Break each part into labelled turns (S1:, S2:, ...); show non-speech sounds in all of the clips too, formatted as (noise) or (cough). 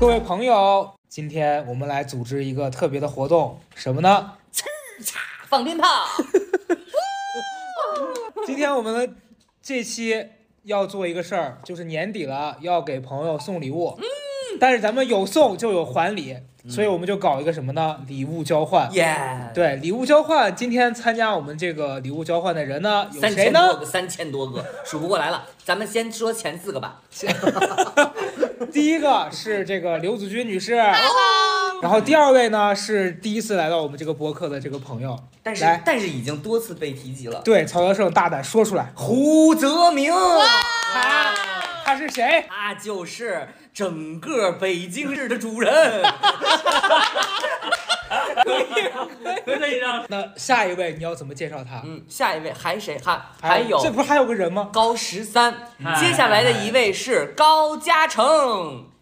S1: 高，今天我们来组织一个特别的活动，什么呢？
S2: 放鞭炮，
S1: 今天我们的这期要做一个事儿，就是年底了要给朋友送礼物，但是咱们有送就有还礼，所以我们就搞一个什么呢？礼物交换。
S2: 耶！
S1: 对，礼物交换，今天参加我们这个礼物交换的人呢，有
S2: 三
S1: 谁
S2: 千多
S1: 呢？
S2: 个，三千多个，数不过来了。咱们先说前四个吧。
S1: 第一个是这个刘子君女士，然后第二位呢是第一次来到我们这个播客的这个朋友，
S2: 但是
S1: 来
S2: 但是已经多次被提及了。
S1: 对，曹德胜大胆说出来，
S2: 胡泽明，他
S1: 他是谁？
S2: 他就是整个北京市的主人。
S1: (laughs) (laughs)
S3: 可以让
S1: 那下一位你要怎么介绍他？
S2: 嗯，下一位还谁？还还
S1: 这
S2: 有
S1: 不是还有个人吗？
S2: 高十三
S3: 哎。
S2: 接下来的一位是高嘉诚。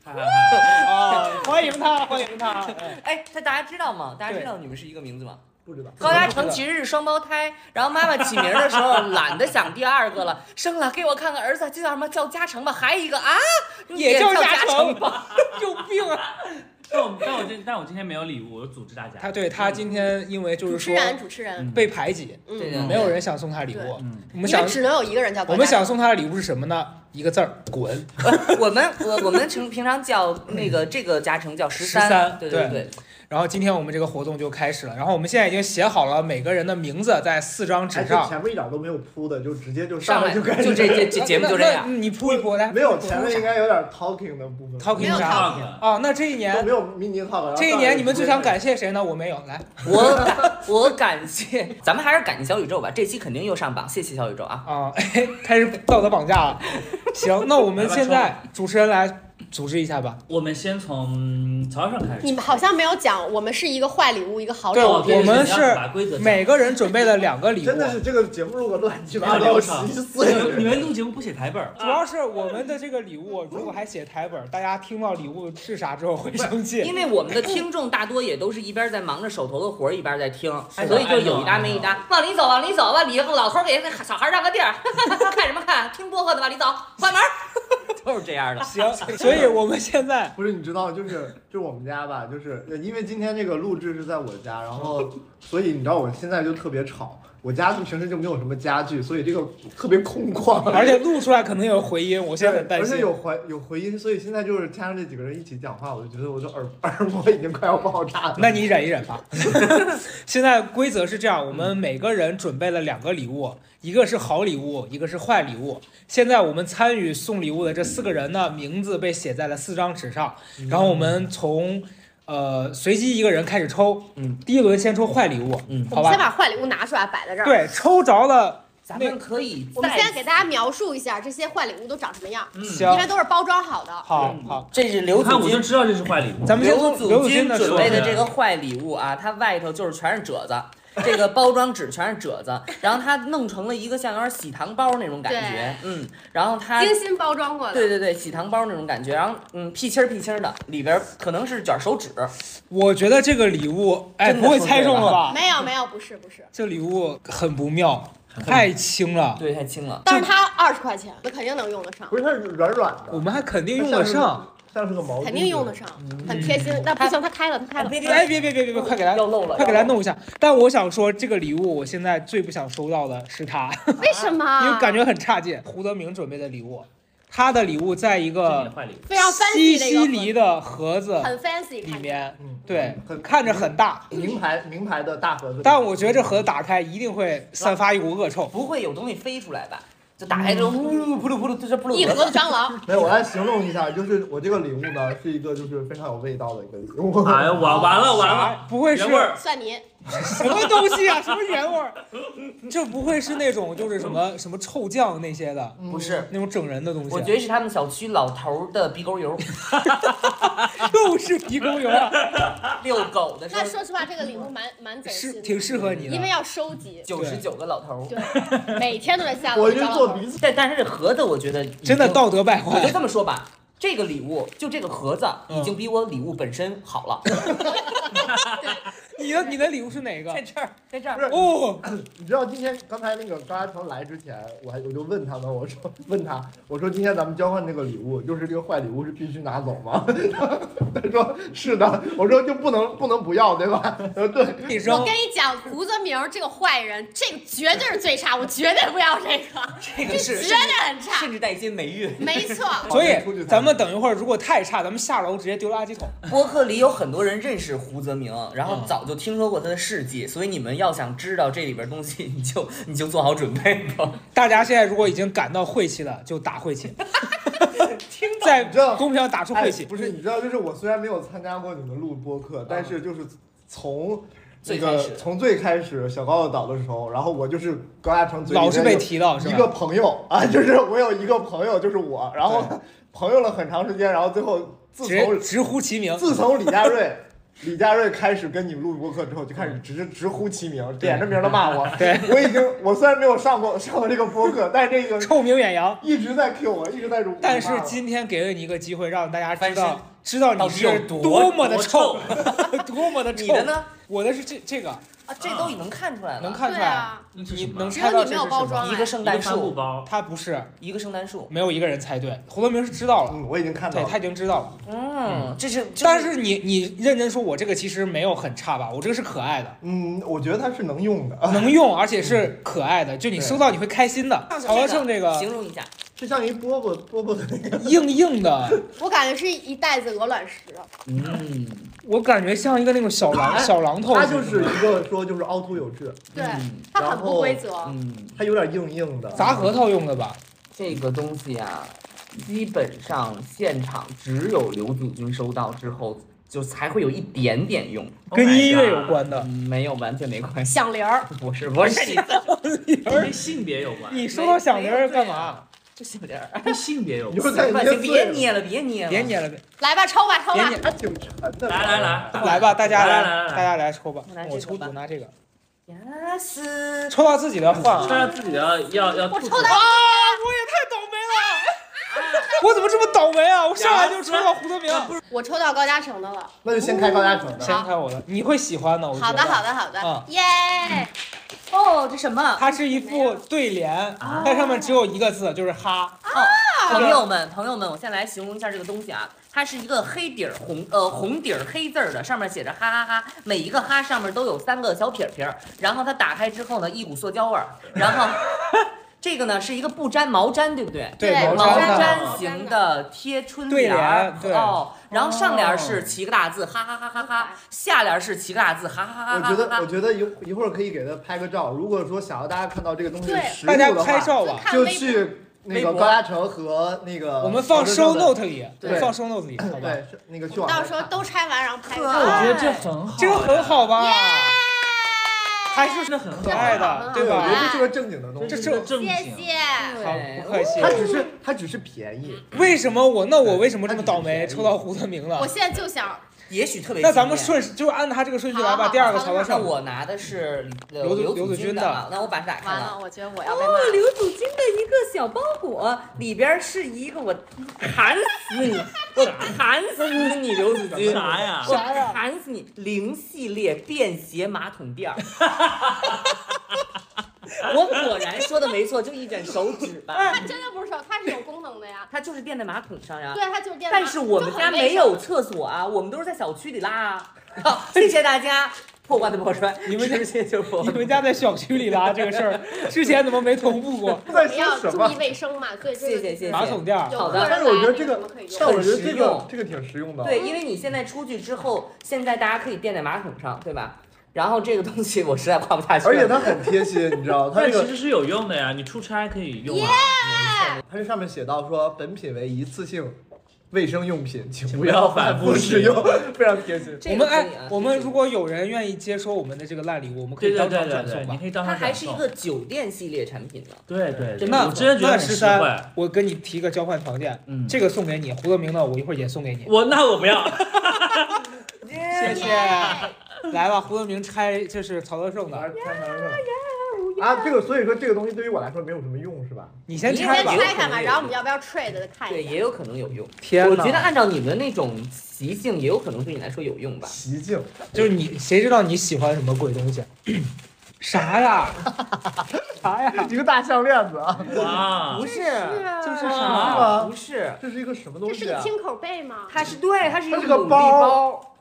S1: 啊，欢迎他，欢迎他。
S2: 哎，他大家知道吗？大家
S1: 对
S2: 知道你们是一个名字吗？
S3: 不知道
S2: 高嘉诚其实是双胞胎，然后妈妈起名的时候懒得想第二个 (laughs) 了，生了给我看看儿子就叫什么叫嘉诚吧，还一个 (laughs) 啊，你
S1: 也叫
S2: 叫
S1: 嘉诚
S2: 诚吧，
S1: 有病啊！
S3: 但我但我今但我今天没有礼物，我组织大
S1: 他
S3: 家。
S1: 对他今天因为就是
S4: 主持
S1: 说
S4: 人，主持人，
S3: 嗯
S1: 被排挤，
S2: 对
S4: 嗯，
S2: 对
S1: 没有人想送他礼物。
S3: 嗯，
S1: 我
S4: 我
S1: 们想，
S4: 只能有一个人叫高
S1: 我们
S4: 嘉诚
S1: 想送他的礼物是什么呢？一个字儿，滚。
S2: 我们我我们平平常叫那个这个嘉诚叫十
S1: 13
S2: 对
S1: 对
S2: 对对，
S1: 然后今天我们这个活动就开始了。然后我们现在已经写好了每个人的名字在四张
S5: 哎，
S1: 纸
S5: 这
S1: 上。
S5: 前面一点都没有铺的，就直接就
S2: 上
S5: 来
S2: 来
S5: 就开始。
S2: 这这 (laughs) 这节目就这样。
S1: 那，那你铺一铺来。
S5: 没有前面应该有点 talking 的部分。
S1: talking
S4: 没有
S1: 啥？
S3: 忘了
S1: 哦，那这一
S5: 都
S1: 年，
S5: 没有 mini talk。
S1: 这一年你们最想感谢谁呢？我没有，来，
S2: 我感我感谢，咱们还是感谢小宇宙吧，这期肯定又上榜，谢谢小宇宙啊！
S1: 啊、 (laughs) 嘿，开始道德绑架了。行，那我们现在主持人来组织一下吧。
S3: 我们先从嗯曹先生开始。
S4: 你们好像没有讲，我们是一个坏礼物，一个好礼
S1: 对
S4: 物。
S3: 哦对
S1: 我们
S3: 你要
S1: 是
S3: 把规则
S1: (laughs)
S3: 讲
S1: 每个人准备了两个礼物
S5: 真，的是这个节目如果乱七
S3: 没
S5: 八
S3: 有
S5: 糟
S3: 流
S5: 稀
S3: 程，
S5: 碎，
S3: 你们录节目不写台
S1: (laughs)
S3: 本儿，
S1: 主要是我们的这个礼物，如果还写台本，大家听到礼物是啥之后会生气。
S2: 因为我们的听众大多也都是一边在忙着手头的活儿，一边在听，
S3: 哎
S2: 所以就
S3: 哎
S2: 有一搭没一搭。往里走，往里走，往里老头儿给那小孩让个地儿， (laughs) 看什么看？听播客的，往里走，关门儿，就是这样的。
S1: 行，所以我们现在
S5: 不是你知道，就是就我们家吧，就是因为今天这个录制是在我家，然后所以你知道我现在就特别吵。我家就平时就没有什么家具，所以这个特别空旷，
S1: 而且录出来可能有回音，我现在很担
S5: 而且
S1: 心。
S5: 有回有回音，所以现在就是加上这几个人一起讲话，我就觉得我的耳耳膜已经快要爆炸了。
S1: 那你忍一忍吧。 (laughs) 现在规则是这样，我们每个人准备了两个礼物，一个是好礼物，一个是坏礼物。现在我们参与送礼物的这四个人呢，名字被写在了四张纸上，
S3: 嗯
S1: 然后我们从呃随机一个人开始抽，
S2: 嗯，
S1: 第一轮先抽坏礼物，
S2: 嗯
S4: 我
S1: 好
S4: 们先
S1: 吧？
S4: 把坏礼物拿出来摆在这儿。，
S1: 对，抽着了，
S2: 咱们可以
S4: 我们
S2: 再
S4: 现在给大家描述一下这些坏礼物都长什么样，
S1: 行
S4: 因，为都是包装好的。
S1: 好好，
S2: 这是
S3: 嗯你
S2: 刘
S3: 看
S2: 祖
S3: 我就
S2: 君，
S3: 知道这是坏礼物。
S1: 咱们先
S2: 刘
S1: 从刘
S2: 祖
S1: 子君
S2: 君
S1: 的
S2: 准
S1: 说
S2: 备，的这个坏礼物啊，它外头就是全是褶子。这个包装纸全是褶子，然后它弄成了一个像有点喜糖包那种感觉
S4: 对，
S2: 嗯，然后它
S4: 精心包装过的。
S2: 对对对，喜糖包那种感觉，然后嗯，屁青儿屁青儿的，里边儿可能是卷手指，
S1: 我觉得这个礼物，哎，
S2: 真的
S1: 不会
S2: 说
S1: 猜
S2: 对
S1: 中
S2: 了
S1: 了吧？
S4: 没有没有，不是不是，
S1: 这礼物很不妙，太轻了。
S2: 对，太轻了。
S4: 但是它二十块钱，那肯定能用得上
S5: 不，是它是软软的，
S1: 我们还肯定用得上。
S5: 像是个毛巾，
S4: 肯定用得上，
S1: 嗯
S4: 很贴心。那不行，它开了，它开了。
S1: 哎，别别别别别，快给他
S2: 要漏了，
S1: 快给他
S2: 要漏了。
S1: 弄一下。但我想说，这个礼物我现在最不想收到的是它，
S4: 为什么？
S1: 因为感觉很差劲。胡德明准备的礼物，他的礼物在一
S3: 这是
S1: 个
S3: 坏礼物。
S4: 非常
S1: 西
S4: fancy 的一
S1: 西
S4: 个盒
S1: 梨的盒子
S4: 子，很 fancy
S1: 里
S4: 看着。
S1: 面，
S5: 嗯，
S1: 对，
S5: 很
S1: 看着很大，
S5: 名牌名牌的大盒子。
S1: 但我觉得这盒子打开一定会散发一股恶臭。
S2: 不会有东西飞出来吧？就打开之后，
S1: 嗯
S2: 噗噜噗噜，这噗噜
S4: 一盒子蟑螂，
S1: (laughs)
S5: 没有，我来形容一下，就是我这个礼物呢，是一个就是非常有味道的一个礼物。
S1: 啊
S3: 哎呀，完完了完了，
S1: 不会是
S3: 原味儿
S4: 蒜泥，
S1: 什么东西啊？什么原味儿？这不会是那种就是什么什么臭酱那些的
S5: 嗯
S2: 不是。
S1: 那种整人的东
S2: 我
S1: 西，啊
S2: 觉得是他们小区老头儿的鼻
S1: (laughs)
S2: 沟油，
S1: 又是提供油啊，
S2: 遛狗的时
S4: 那
S2: 候，
S4: 说实话，这个礼物蛮蛮走
S1: 是
S4: 心
S1: 挺
S4: 的，
S1: 适合你的
S4: 因。为要收集，
S2: 九十九个老头儿。
S4: 对，每天都在下楼
S5: (laughs) 我就
S4: 找老
S5: 做
S4: 头儿。
S5: 鼻子，
S2: 但但是这盒子，我觉得已经
S1: 真的，道德败
S2: 我就
S1: 坏。
S2: 这么说吧，这
S1: 嗯
S2: 啊个礼物就这个盒子已经比我礼物本身好了。
S1: (laughs) 你的你的礼物是哪个
S2: (laughs) 在？这儿，在这儿。
S1: 哦，
S5: 你知道今天刚才那个高亚成来之前，我还我就问他们，我说问他，我说今天咱们交换那个礼物，就是这个坏礼物是必须拿走吗？ (laughs) 他说是的，我说就不能不能不要对吧？他说对，
S1: 你
S4: 我
S1: 哦扔
S4: 跟你讲，胡泽明这个坏人，这个绝对是最差，我绝对不要这个，
S2: 这
S4: 这
S2: 个是
S4: 绝对很差
S2: 甚。至带一些霉运。
S4: 没错，
S1: 所
S5: 好那出去
S1: 以
S5: 才
S1: 咱们等一会儿，如果太差，咱们下楼直接丢垃圾桶。
S2: 博客里有很多人认识胡泽明，然后
S1: 嗯
S2: 早就听说过他的事迹，所以你们要想知道这里边东西，你就你就做好准备吧。
S1: 大家现在如果已经感到晦气了，就打晦 (laughs) 气，
S2: 听
S1: 在
S5: 你知道
S1: 公屏上打出晦气
S5: 哎。不是，你知道，就是我虽然没有参加过你们录播课，但是就是从。那
S2: 最
S5: 个
S2: 开始
S5: 从最开始小高倒的时候，然后我就是高亚成嘴里
S1: 老是
S5: 面
S1: 被
S5: 有
S1: 提到是
S5: 一个
S1: 吧？
S5: 朋友啊，就是我有一个朋友就是我，然后朋友了很长时间，然后最后自
S1: 直
S5: 从
S1: 直呼其名，
S5: 自从李佳瑞 (laughs) 李佳瑞开始跟你们录播课之后，就开始直直呼其名，点着名儿的骂我。
S1: (laughs) 对，
S5: 我已经我虽然没有上过上过这个播课，但这个
S1: 臭名远扬。
S5: 一直在 Q 我，一直在辱。
S1: 但是
S5: 辱骂我
S1: 今天给了你一个机会，让大家知
S2: 翻
S1: 道知道你是多么的臭， (laughs) 多么的臭。
S2: 你的？呢？
S1: 我的是这这 (laughs) 个
S2: 啊，这都已经能看出来了。
S1: 能看
S4: 对
S1: 出来，
S4: 啊，
S3: 那是
S1: 你
S3: 什
S1: 能
S3: 么？
S4: 只
S1: 猜
S4: 有
S1: 到这
S4: 你没
S1: 是
S4: 有
S1: 什
S4: 包装
S1: 么？
S4: 啊
S2: 一个圣
S3: 一个
S2: 诞
S3: 帆布
S2: 树，
S3: 包，
S1: 他不是，
S2: 一个圣诞树。
S1: 没有一个人猜对。胡德明是知道了，
S5: 嗯，我已经看到
S1: 对
S5: 了
S1: 他已经知道了。
S2: 嗯，这是，就
S1: 但是你你认真说，我这个其实没有很差吧？我这个是可爱的，
S5: 嗯，我觉得他是能用的，
S1: 能用，而且是可爱的，就你
S5: 对
S1: 收到你会开心的。曹德胜这个
S2: 形容一下，
S5: 就像一饽饽饽饽的那个。
S1: 硬硬的，
S4: 我感觉是一袋子鹅卵石，
S3: 嗯，
S1: 我感觉像一个那种小榔小榔头
S5: 他
S1: 似的，
S5: 就是一个说就是凹凸有致，
S4: 对
S3: 嗯
S4: 它很不规则。
S2: 嗯，
S5: 他有点硬硬的。
S1: 砸核桃用的吧？
S2: 这个东西啊，基本上现场只有刘子君收到之后，就才会有一点点用，
S1: 跟音乐有
S3: Oh my
S1: 关的。
S2: (laughs) 嗯没有完全没关系。
S4: 响铃儿，
S2: 不是不是， (laughs)
S3: god，跟性别有关，
S1: 你收到响铃儿干
S2: 没有对
S1: 嘛？
S2: 啊？就小点儿，
S3: 跟性别有
S5: 你
S3: 关。
S5: 说在
S2: 行吧行，别捏了，别捏了，
S1: 别捏了呗，
S4: 来吧，抽吧，抽
S1: 别
S4: 吧
S1: 捏。
S5: 还挺沉的。
S3: 来来来，
S1: 来吧，大家
S3: 来来来来
S1: 大家来抽吧
S2: 拿这。个
S1: 我抽
S2: 吧
S1: 我拿这个，
S2: 呀是，
S1: 抽到自己的换
S3: 抽
S1: 啊！
S3: 到自己的要要
S4: 我
S3: 吐
S4: 抽
S3: 出
S4: 到
S3: 来。
S1: 我也太倒霉了，我怎么这么倒霉啊？我上来就抽到胡德明，
S4: 我抽到高嘉诚的了。
S5: 那就先开高嘉诚的。
S1: 先开我的，你会喜欢的，我觉
S4: 好
S1: 得。
S4: 的，好的，好的
S1: 嗯，
S4: 耶！哦，这什么？
S1: 它是一副对联，但上面只有一个字，就是哈。
S2: 朋友们，朋友们，我现在来形容一下这个东西啊，它是一个黑底儿红呃红底儿黑字儿的，上面写着哈哈哈，每一个哈上面都有三个小撇撇儿，然后它打开之后呢，一股塑胶味儿，然后这个呢是一个不粘毛毡，对不对？
S1: 对
S4: 对
S1: 毛
S2: 毛
S1: 毡的
S2: 毡型的贴春
S1: 对
S2: 联儿
S1: 联，对
S2: 哦，然后上联是七个大字哈哈哈哈哈，下联是七个大字哈哈哈哈
S5: 我
S2: 哈。
S5: 觉得，我觉得一一会儿可以给他拍个照。如果说想要大家看到这个东西
S4: 对
S5: 实
S1: 大
S5: 物
S1: 家
S5: 的
S1: 拍
S5: 话，
S1: 照
S4: 就
S1: 吧，
S4: 看
S5: 就
S4: 微博
S5: 去那
S2: 微
S5: 个
S2: 博
S5: 高嘉诚和那个
S1: 我们放
S5: 小
S1: show
S5: 镇
S1: note 里，
S5: 对
S1: 放 show note 里，好吧？
S5: 对，是那个去网
S4: 到
S5: 站
S4: 时候
S5: 看
S4: 都拆完，然后拍
S5: 啊
S2: 可
S4: 照。
S2: 爱
S3: 我觉得这很好，
S1: 这个很好吧？
S4: 耶
S1: 还是
S3: 真的很好，
S1: 可爱的，
S4: 很
S1: 对
S5: 我觉得
S1: 吧？
S5: 这是个正经的东
S1: 这
S5: 西。
S1: 是
S3: 是正
S4: 啊谢
S3: 经。
S4: 谢。
S1: 好，
S2: 对
S1: 不客气。
S5: 它只是它只是便宜，
S1: 为什么我那我为什么这么倒霉，抽到胡德明了
S4: 我？现在就想，
S2: 也许特别
S1: 那咱们
S2: 惊艳
S1: 顺就按他这个顺序来
S4: 好
S1: 吧。
S4: 好
S1: 第二个
S4: 好
S1: 曹德
S2: 那
S1: 胜，
S2: 我拿的是
S1: 刘
S2: 刘
S1: 子刘
S2: 子
S1: 子君的
S2: 的啊，那我把它打开
S4: 完
S2: 了
S4: 了，。我觉得我要被
S2: 哦，
S4: 骂了。
S2: 刘祖君的一个小包裹，里边是一个我砍死你， (laughs) 我砍死你，刘子君！
S3: 啥呀
S2: 我砍死你！零系列便携马桶垫儿。 (laughs) 我果然说的没错，就一卷手指吧
S4: 它，真的不是手，它是有功能的呀。
S2: 它就是垫在马桶上呀。
S4: 对，它就是电脑。
S2: 但是我们家没有厕所啊，我们都是在小区里拉啊。好，谢谢大家，破罐子破摔，
S1: 你们家
S2: 直接就破
S1: 你们家在小区里拉这个事儿，之前怎么没同步过？
S5: 在
S4: 我们要
S5: 说什
S4: 注
S5: 么
S4: 意？卫生嘛，所以这
S2: 谢
S4: 个
S2: 谢谢谢。
S1: 马桶垫儿，
S4: 有
S2: 好的
S4: 客人
S5: 但是我觉得
S4: 来
S5: 这个
S4: 我们可以用
S5: 但我觉
S2: 很
S5: 得这
S2: 实
S5: 个
S2: 用
S5: 这个挺实用的。
S2: 对，因为你现在出去之后，现在大家可以垫在马桶上，对吧？然后这个东西我实在画不下去了。
S5: 而且它很贴心，你知道，它
S3: 但
S5: 这
S3: 其
S5: 个
S3: 实是有用的呀，你出差可以用啊。
S5: 它这上面写到说，本品为一次性卫生用品，请
S3: 请
S5: 不
S3: 不要
S5: 要
S3: 反
S5: 反
S3: 复
S5: 复
S3: 使
S5: 使
S3: 用
S5: 用， (laughs) 非常贴心。
S2: 这
S1: 我
S2: 个
S1: 们
S2: 可以啊
S1: 哎，我们
S2: 这个
S1: 如果有人愿意接收我们的这个烂礼物，我们可
S3: 对
S1: 以
S3: 对
S1: 当
S3: 对
S1: 场
S3: 对
S1: 转
S3: 对，
S1: 送
S3: 你
S1: 吧。
S3: 可以当
S2: 它
S3: 场
S2: 还
S3: 转
S2: 是
S3: 送
S2: 一个酒店系列产品呢。
S3: 对对，对
S1: 那
S3: 我真的觉得
S1: 那
S3: 很
S1: 十
S3: 实惠
S1: 三。，我跟你提个交换条件，
S3: 嗯，
S1: 这个送给你，胡德明的我一会儿也送给你。
S3: 我那我不要，
S1: 谢
S4: 耶
S1: 谢，来吧，胡德明拆，这是曹德胜的，
S5: 看看看
S2: 耶
S5: 啊，这个所以说这个东西对于我来说没有什么用，是吧？
S1: 你
S4: 你
S1: 先
S4: 先
S1: 拆吧。
S4: 拆开吧，然后我们要不要 trade 看
S2: 对，
S4: 一下？
S2: 也有可能有用。
S1: 天
S2: 我
S1: 哪
S2: 觉得按照你们那种习性，也有可能对你来说有用吧。
S5: 习性，
S1: 就是你，谁知道你喜欢什么鬼东西啊？ (clears throat) 啥
S2: (laughs)
S1: 呀？啥呀？
S5: (laughs) 一个大项链子啊，
S3: 哇
S2: 不，是，
S1: 就是啥
S2: 哇
S5: 吗
S2: 啊不是，
S5: 这是一个什么东
S4: 这是
S5: 西
S4: 个
S5: 啊？
S4: 听口贝吗？
S2: 它是对，它是一
S5: 它是个
S2: 努力
S5: 包
S2: 包，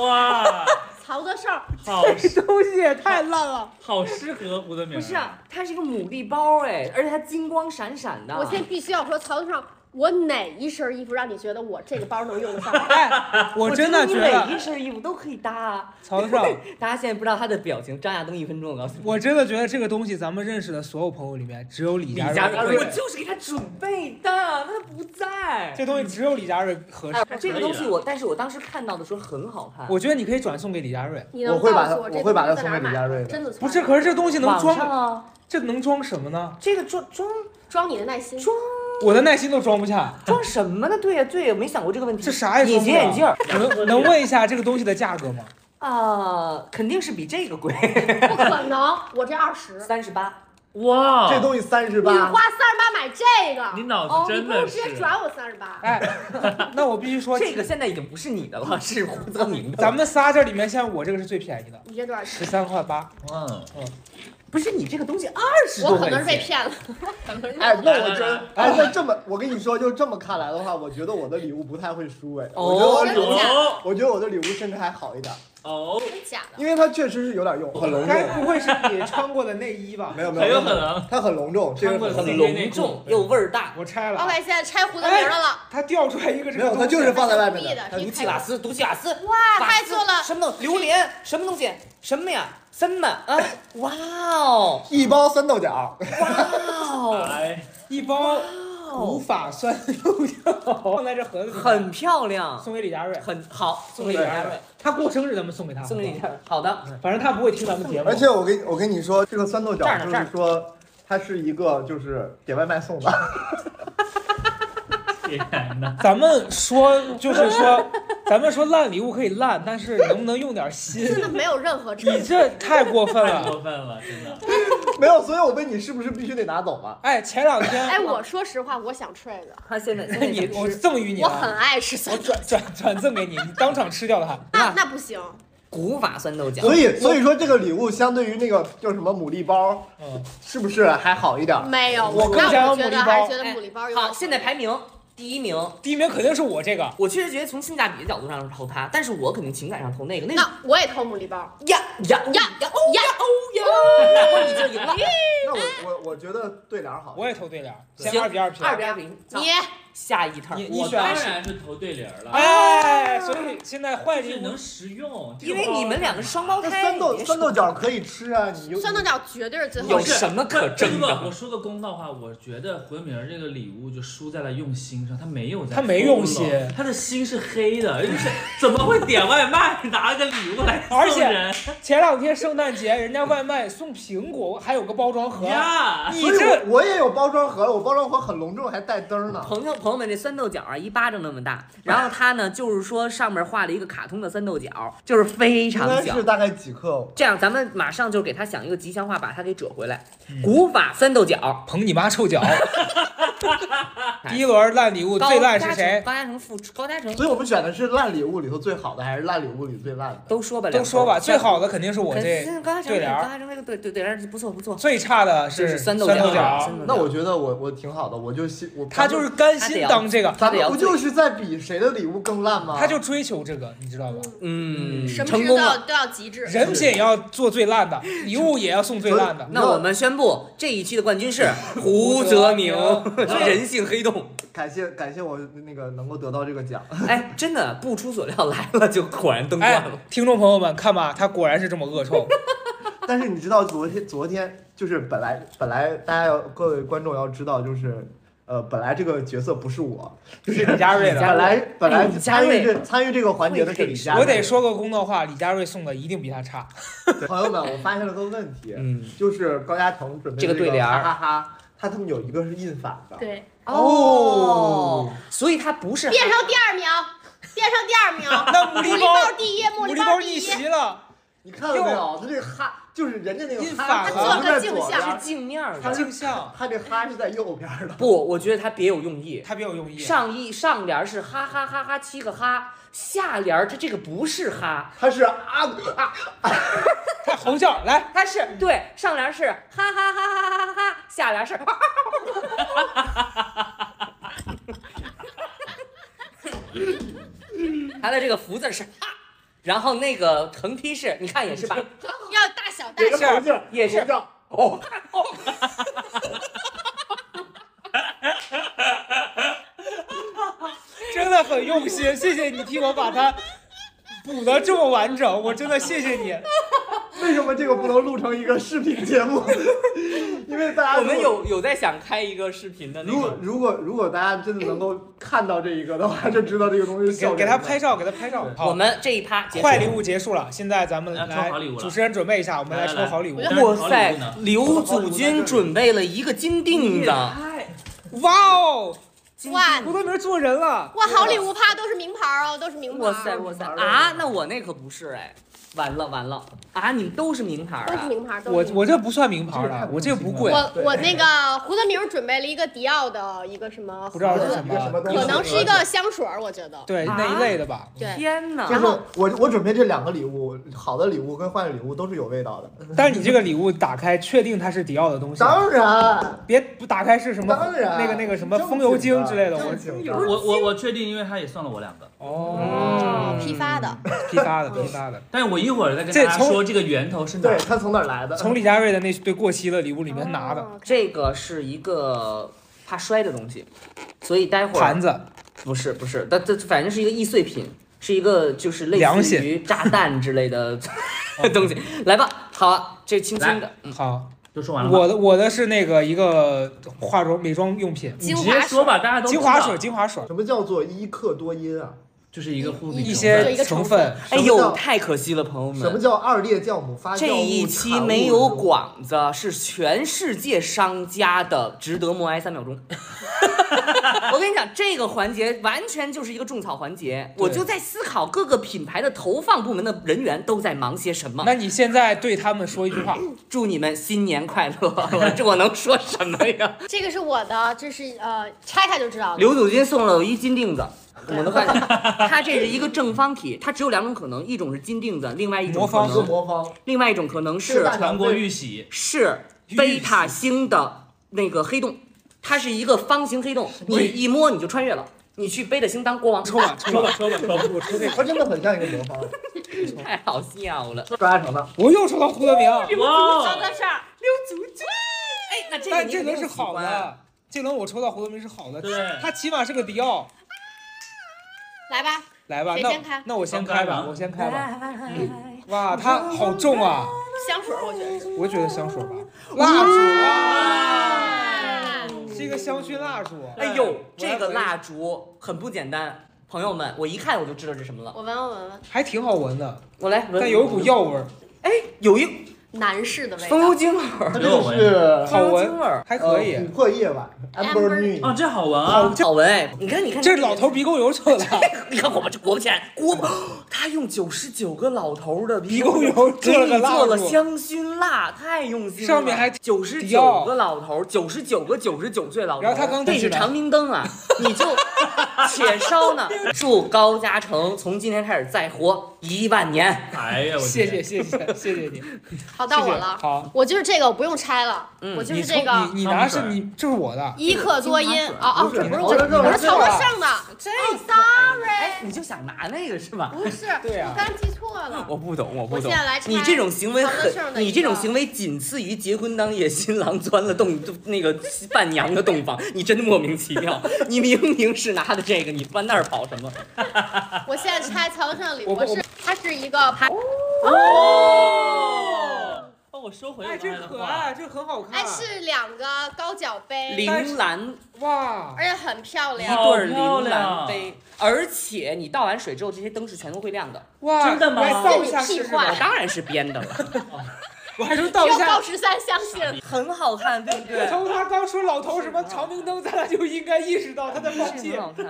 S3: 哇，
S4: 曹德胜，
S3: 好
S1: 这东西也太烂了。
S3: 好适合胡德明。啊
S2: 不是，啊它是一个牡蛎包哎，而且它金光闪闪的。
S4: 我现在必须要说，曹德胜，我哪一身衣服让你觉得我这个包能用得上？
S1: 哎，我真的觉
S2: 我你每
S1: 得
S2: 一身衣服都可以搭啊。
S1: 曹少，
S2: 大家现在不知道他的表情，张亚东一分钟，我告诉你。
S1: 我真的觉得这个东西，咱们认识的所有朋友里面，只有李
S2: 李
S1: 佳
S2: 佳
S1: 瑞
S2: 瑞，我
S1: 会。
S2: 就是给他准备的，他不在。
S1: 这东西只有李佳瑞合适。
S2: 哎，这个东西我，但是我当时看到的时候很好看。
S1: 我觉得你可以转送给李佳瑞。
S4: 你
S5: (laughs) 我
S4: 能告
S5: 会
S4: 诉
S5: 把它
S4: 这
S5: 我会把它
S4: 东西在
S5: 送
S4: 哪
S5: 给
S4: 儿
S5: 李佳
S4: 买
S5: 瑞
S4: 的？
S5: 的
S4: 真的
S1: 不
S4: 不
S1: 是，可是这东西能
S2: 网上
S1: 装，
S2: 啊，
S1: 这能装什么呢？
S2: 这个装装
S4: 装你的耐心。
S2: 装
S1: 我的耐心都装不下。
S2: 装什么呢？对呀、对呀、没想过这个问题。
S1: 这啥也
S2: 隐
S1: 装不
S2: 形
S1: 了
S2: 眼镜儿 (laughs)
S1: 能能问一下这个东西的价格吗？
S2: 啊，肯定是比这个 (laughs) 贵，
S4: 不可能，我这二十，
S2: 三十八。
S3: 哇，
S5: 这东西三十
S4: 你
S5: 八
S4: 花，三十八买这个，
S3: 你
S4: 哦
S3: 脑，子
S4: 你
S3: 真
S4: 不如
S3: 的
S4: 直接
S3: 是，
S4: 转我三十八。
S1: 哎，那我必须说，
S2: 这个现在已经不是你的 (laughs) 了，是胡泽明的。
S1: 咱们仨这里面，像我这个是最便宜的，
S4: 你这多少钱？
S1: 十三块八。
S3: 嗯，
S2: 不是你这个东西二十
S4: 我
S2: 多
S4: 可
S2: 块
S4: 能是被
S2: 钱，
S4: 骗了，我可能是
S5: 哎，那我
S3: 来
S5: 真
S3: 来
S5: 哎，那这么，我跟你说，就这么看来的话，我觉得我的礼物不太会输哎，我觉
S2: 哦
S5: 得我的礼
S4: 真的假
S5: 物，
S4: 的
S3: 哦
S5: 我觉得我的礼物甚至还好一点，
S3: 哦，
S4: 真假的。
S5: 因为它确实是有点用，很隆
S1: 该
S5: 重，
S1: 不会是你穿过的内衣吧？
S5: 没有没
S3: 很有
S5: 有，
S3: 可能，
S5: 它很隆重，这个
S1: 穿过
S5: 很
S1: 的
S5: 隆重
S2: 很
S3: 很
S2: 隆重又味儿大。
S1: 我拆了啊
S4: OK，。现在拆胡德明的了，
S1: 它掉出来一个这个
S5: 没有，
S1: 东西，
S5: 它就是放在外面
S4: 故意
S5: 的
S4: 的，
S5: 它
S4: 你
S2: 毒气瓦斯，毒气瓦斯，
S4: 哎哇，他还做了
S2: 什么东西？榴莲，什么东西？什么呀？什么啊？哇哦，
S5: 一包酸豆角，
S2: 哇哦，
S3: 哎，
S1: 一包古法酸豆角，放 (laughs) 在这盒子里，
S2: 很漂亮，
S1: 送给李佳瑞，
S2: 很好，送给
S1: 李
S2: 李佳瑞，，
S1: 他过生日咱们送给他，
S2: 送给李佳瑞，好的，
S1: 好吧反正他不会听咱们节目，
S5: 而且我跟我跟你说，这个酸豆角
S2: 这儿呢
S5: 就
S2: 这
S5: 是
S2: 儿
S5: 说，它是一个就是给外卖送的， (laughs)
S3: 天
S1: (laughs)
S3: 哪，
S1: 咱们说就是说， (laughs) 咱们说烂礼物可以烂，但是能不能用点心？
S4: 真的没有任何
S1: 你这太过分
S3: 太
S4: (laughs)
S1: 了！
S3: 过分了，真的，
S5: 没有，所以我问你是不是必须得拿走嘛？
S1: 哎，前两天
S4: 哎，我说实话，我想 trade，
S2: 他现在 (laughs) 现在
S1: 你
S2: 也
S1: 我
S2: 是
S1: 赠予你
S4: 我很
S1: 了，
S4: 爱吃
S1: 我
S4: 酸豆角，
S1: 转转转赠给你，你当场吃掉它。
S4: 那那不行，
S2: 古法酸豆角，
S5: 所以所以说这个礼物相对于那个叫什么牡蛎包，
S1: 嗯，
S5: 是不是还好一点？
S4: 没有，
S1: 我更
S4: 那
S1: 想要
S4: 我觉
S1: 牡
S4: 得
S1: 蛎包
S4: 还是觉得牡蛎包有哎点
S2: 好，现在排名第一名，
S1: 第一名肯定是我这个，
S2: 我确实觉得从性价比的角度上投他，但是我肯定情感上投那个，那个
S4: 那我也偷牡蛎包，
S2: 呀呀呀呀哦呀哦呀，我已经赢了，
S5: 那我我我觉得对联儿好。
S1: 我也投对联，
S2: 行
S1: 先二比二平。
S2: 二比二零，
S4: 你
S2: 下一趟
S1: 你
S3: 我
S1: 选
S3: 当然是投对联儿了，
S1: 哎，所以现在坏
S3: 但
S1: 礼
S3: 是
S1: 物
S3: 哎能实用，这
S2: 因
S3: 个
S2: 为你们两个是双胞
S5: 那
S2: 胎，
S5: 酸豆
S2: 你别
S5: 酸
S2: 说
S5: 豆角可以吃啊，你就
S4: 酸豆角绝对是最
S2: 有
S4: 后
S3: 不
S4: 一
S3: 是
S2: 什么可争
S3: 真
S2: 的
S3: 我说个公道话，我觉得回明儿这个礼物就输在了用心上，他没有在，
S1: 他没用心
S3: 他的心是黑的，就是怎么会点外卖拿个礼物来
S1: (laughs) 而且
S3: 送人
S1: 前两天圣诞节，人家外卖送苹果，还有个包装盒。
S3: 呀？
S1: 你
S5: 所以
S1: 这
S5: 我我也有包装盒，我包装盒很隆重，还带灯儿呢。
S2: 朋友朋友们，这酸豆角啊，一巴掌那么大，然后它呢，就是说上面画了一个卡通的酸豆角，就是非
S5: 应
S2: 常
S5: 该
S2: 小
S5: 是。大概几克？
S2: 这样，咱们马上就给他想一个吉祥话，把它给折回来。
S1: 嗯
S2: 古法酸豆角，
S1: 捧你妈臭脚！第一轮烂礼物最烂是谁？
S2: 高嘉诚复出，高嘉诚
S5: 所以我们选的是烂礼物里头最好的，还是烂礼物里最烂的？
S2: 都说吧，
S1: 都说吧，最好的肯定是我
S2: 可
S1: 这，
S2: 是高嘉诚
S1: 对联儿
S2: 高嘉诚那个对对对联儿不错不错，
S1: 最差的
S2: 就是
S1: 酸
S2: 酸豆
S1: 豆
S2: 角
S1: 角。
S2: 嗯
S5: 那我觉得我我挺好的，我就希我
S1: 他就是甘心当这个，
S5: 咱们不就是在比谁的礼物更烂吗？
S1: 他就追求这个，你知道吧？
S2: 嗯，
S4: 什么
S2: 成
S4: 事都
S2: 功
S4: 要
S2: 了。
S4: 都要极致，
S1: 人品也要做最烂的，礼物也要送最烂的。
S2: 那我们宣布这一期的冠军
S1: (laughs)
S2: 是 (laughs) 胡泽明，人性黑洞。
S5: 感谢感谢我那个能够得到这个奖，
S2: (laughs)
S5: (laughs)
S2: 哎，真的不出所料来了，就果然登冠
S1: 哎
S2: 了。，
S1: 听众朋友们，看吧，他果然是这么恶臭。
S5: 但是你知道昨天昨天就是本来本来大家要各位观众要知道就是。呃，本来这个角色不是我，就是
S1: 李佳瑞的哎
S5: 本来本来
S2: 李佳
S5: 参
S2: 瑞
S5: 与这参与这个环节的是李佳瑞。
S1: 我得，说个公道话，李佳瑞送的一定比他差。
S5: 朋友们，我发现了个问题，
S2: 嗯，
S5: 就是高嘉诚准备
S2: 这个
S5: 的
S2: 对联儿
S5: 哈哈哈，他他们有一个是印反的，
S4: 对，
S2: 哦，所以它不是
S4: 变成第二名，变成第二名，
S1: 那牡
S4: (laughs) 牡
S1: 蛎
S4: 蛎包
S1: 包，
S4: 第一，牡
S1: 牡
S4: 蛎
S1: 蛎包
S4: 第
S1: 逆
S4: 一，
S1: 袭了。
S5: 你看到没有？他这个哈就是人家那个
S1: 印
S5: 哈
S1: 法
S5: 可
S1: 了
S5: 能在
S4: 做个镜
S5: 左边
S4: 像
S5: 儿
S2: 是，镜面儿
S5: 他
S2: 的。
S5: 是
S1: 镜像，
S5: 他这哈是在右边儿的。
S2: 不，我觉得他别有用意。
S1: 它别有用意。
S2: 上一上联儿是哈哈哈哈七个哈，下联儿它这个不是哈，
S5: 他是啊啊，
S1: 看猴叫，来，
S2: 它是对上联儿是哈哈哈哈哈哈哈，下联儿是哈哈哈哈哈哈。它的这个福字儿是哈，然后那个横批是，你看也是吧，
S4: 要大小大
S5: 给
S4: 小
S5: 个
S1: 是
S5: 猴子
S2: 也是
S5: 猴子
S2: 哦，
S1: 真的很用心，谢谢你替我把它补得这么完整，我真的谢谢
S3: (laughs)
S1: 你。
S5: 为什么这个不能录成一个视频节目？ (laughs) 因为大家
S2: 我
S5: 如果
S2: 们有有在想开一个视频的那
S5: 如果
S2: 个，
S5: 如果如果大家真的能够看到这一个的话，就知道这个东西
S1: 给
S5: 效
S1: 给他
S5: 果
S1: 拍照，给他拍照。
S2: 我
S1: 好，
S2: 们这一趴结束
S1: 坏。礼物结束了，现在咱们
S3: 来抽
S1: 来
S3: 好礼物，了
S1: 主持人准备一下，我们来
S3: 来来
S1: 抽好礼物
S4: 来。
S2: 哇塞，刘祖君准备了一个金锭子，
S1: 哇哦，
S4: 哇
S1: 胡德明做人了，
S4: 哇，好礼物趴都是名牌儿哦，都是名牌儿。
S2: 哇塞哇塞啊！那我那可不是哎，完了完了啊！你们都是名牌
S4: 哦都是
S2: 啊！
S4: 名牌儿，都
S1: 我
S4: 是名牌儿
S1: 我这不算名牌了，我这不贵，
S4: 我我那个胡德明准备了一个迪奥的一个什么盒
S1: 不知道是
S4: 子
S1: 什
S5: 一个什么
S1: 么，
S5: 东西
S4: 可能是一个香水儿，我觉得。
S1: 对那一类的吧。
S4: 对，
S2: 天哪！
S5: 就是我我准备这两个礼物，好的礼物跟坏的礼物都是有味道的。
S1: 但是你这个礼物打开，确定它是迪奥的东西吗，
S5: 当然，
S1: 别不打开是什么
S5: 当然
S1: 那个那个什么风油精之类的，我
S5: 正经的
S3: 我我我确定，因为他也送了我两个，
S1: 哦，
S4: 批发的，
S1: 批发的批发的，
S3: 但是我一会儿再跟
S1: 这
S3: 大家
S1: 从
S3: 说这个源头是哪
S5: 对
S3: 儿。
S5: 他从哪儿来的？
S1: 从李佳瑞的那堆过期的礼物里
S4: 里
S1: 面拿的。
S4: 哦
S2: 这个是一个怕摔的东西，所以待会儿
S1: 盘子，
S2: 不是不是，但这反正是一个易碎品，是一个就是类
S1: 良
S2: 似
S1: 心嗯
S2: 于炸弹之类的 (laughs)
S1: (laughs)
S2: 东西。来吧，好啊，这轻轻的，嗯
S1: 好，
S3: 都说完了吗，
S1: 我的我的是那个一个化妆美妆用品，
S3: 你
S4: 精
S3: 直
S4: 华
S3: 接
S4: 水
S3: 说吧，大家都知
S1: 精
S3: 道
S1: 华水，，精华水，
S5: 什么叫做一克多因啊？
S3: 就是一个护肤品
S1: 一
S4: 就一
S1: 些
S4: 个
S1: 成
S4: 成分
S1: 分，
S2: 哎
S5: 什么
S2: 呦，
S5: 叫
S2: 太可惜了，朋友
S5: 什么
S2: 们。
S5: 叫二裂酵母发酵
S2: 这
S5: 物
S2: 一期没有，广子，是全世界商家的，值得默哀三 (laughs) 秒钟。我跟你讲，这个环节完全就是一个种草环节，
S1: 对
S2: 我就在思考各个品牌的投放部门的人员都在忙些什么。
S1: 那你现在对他们说一句话，
S2: 祝你们新年快乐！ (laughs) 这我能说什么呀？
S4: 这个是我的，这是呃拆开就知道
S2: (laughs)
S4: 了。
S2: 刘祖君送了我一金锭子，我都看 (laughs) 见，它这是一个正方体，它只有两种可能，一种是金锭子，另外一种
S1: 魔
S2: 可
S1: 方
S5: 一个
S2: 能，
S5: 魔方
S2: 另外一种可能
S5: 这
S2: 是
S5: 个大
S3: 韩国玉玺，
S2: 是贝塔星的那个黑洞，它是一个方形黑洞，你一摸你就穿越了，你去贝塔星当国王，
S1: 抽吧，抽吧，抽吧，抽吧，我抽这个，
S5: 它真的很像一个魔方，
S2: 太好笑了。
S5: 抓成的。
S1: 我又抽到胡德明，
S4: 到
S3: 哇，
S4: 这事儿，
S2: 哎，那这个
S1: 但
S2: 你
S1: 这
S2: 肯定
S1: 轮是好
S2: 喜欢，
S1: 的，这轮我抽到胡德明是好的，
S3: 哦对
S1: 他起码是个迪奥，
S4: 来吧，
S1: 来吧，
S4: 谁
S1: 那
S4: 先开
S1: 那我先开吧，我先开吧，
S2: 哎
S1: 哇，它好重啊，
S4: 香水儿我觉得是。
S1: 我觉得香水吧，蜡烛啊，
S4: 哎
S1: 是一个香薰蜡烛，
S2: 哎呦，
S1: 我要
S2: 这个
S1: 闻一
S2: 蜡烛很不简单，朋友们，我一看我就知道这什么了。
S4: 我闻闻闻闻，
S1: 还挺好闻的，
S2: 我来闻，
S1: 但有一股，药味儿，
S2: 哎，有一
S4: 男士的味
S2: 风
S4: 道
S2: 油。精味儿，
S5: 它这个是
S1: 好
S2: 风油
S1: 闻
S2: 精味儿，
S1: 还可以
S5: 呃。琥珀夜晚
S4: Amber
S5: Amber Moon，
S3: 啊，这好闻啊，
S2: 好闻哎！你看，你看，
S1: 这老头鼻沟油抽
S2: (laughs)
S1: 的，
S2: 你看我们这国钱，国 (gasps) 他用九十九个老头的
S1: 鼻沟油
S2: (laughs) 给
S1: 做了个
S2: 你做
S1: 蜡
S2: 了
S1: 烛，
S2: 香薰蜡，太用心了。
S1: 上面还
S2: 九十
S1: 迪
S2: 九
S1: 奥
S2: 个老头，九十九个九十九岁老头。
S1: 然后他刚
S2: 这
S1: 进去
S2: 是
S1: 呢
S2: 长明
S1: (laughs)
S2: 灯啊，你就且烧呢。祝高嘉诚从今天开始再活一万
S3: (laughs)
S2: 年。
S3: 哎呀，我
S1: 谢谢谢谢谢谢你，
S4: 好，到我
S1: 谢谢
S4: 了。
S1: 好，
S4: 我就是这个，我不用拆了，
S2: 嗯
S4: 我就
S1: 你
S4: 是
S1: 抽
S4: 这个
S1: 你你拿
S3: 香
S1: 是
S3: 水
S1: 你这是我的，
S4: 一克多因。哦哦，
S5: 不是
S4: 这不是
S5: 你
S4: 我
S5: 拿
S4: 的，
S5: 这个
S4: 我是
S1: 这个
S4: 曹德胜的。
S2: 这
S4: 哦，sorry，
S2: 哎你就想拿那个是吧？
S4: 不是，
S1: 对啊呀
S4: 我刚记错了。
S2: 我不懂，我
S4: 嗯我
S2: 不
S4: 现
S2: 懂。
S4: 在来拆。
S2: 你这种行为
S4: 长得像
S2: 很，
S4: 的一个
S2: 你这种行为仅次于结婚当夜新郎钻了洞 (laughs) 那个伴娘的洞房， (laughs) 你真的莫名其
S4: (laughs)
S2: 妙。你明明是拿的这个，你翻那儿跑什么？
S4: 我现在拆曹德胜的礼物，
S1: 我
S4: 我
S1: 不
S4: 是它是一个盘。
S2: 哦，
S3: 哦，我收回我
S1: 哎，
S3: 刚
S1: 这
S3: 才的
S1: 可
S3: 话，
S1: 爱，这很好看，
S4: 哎，是两个高脚杯，
S2: 铃兰
S1: 哇
S4: 而，且很漂
S2: 一
S4: 亮。
S2: 对儿
S3: 好漂
S2: 铃兰
S3: 亮
S2: 杯，而且你倒完水之后，这些灯是全都会亮
S4: (laughs)
S2: 的。
S1: 哇，
S3: 真的吗
S1: 我还倒一下试试
S4: 这你
S2: 我
S1: 吧
S4: 屁，
S2: 当然是编的了，
S1: 我还能
S4: 只
S1: 倒一
S4: 有高
S1: 下。
S4: 十三相信。
S2: 很好看，对不对？
S1: 从他刚说老头什么长明灯，咱俩就应该意识到他在放
S2: (laughs) 是
S1: 屁
S4: (laughs)
S2: 很。好看。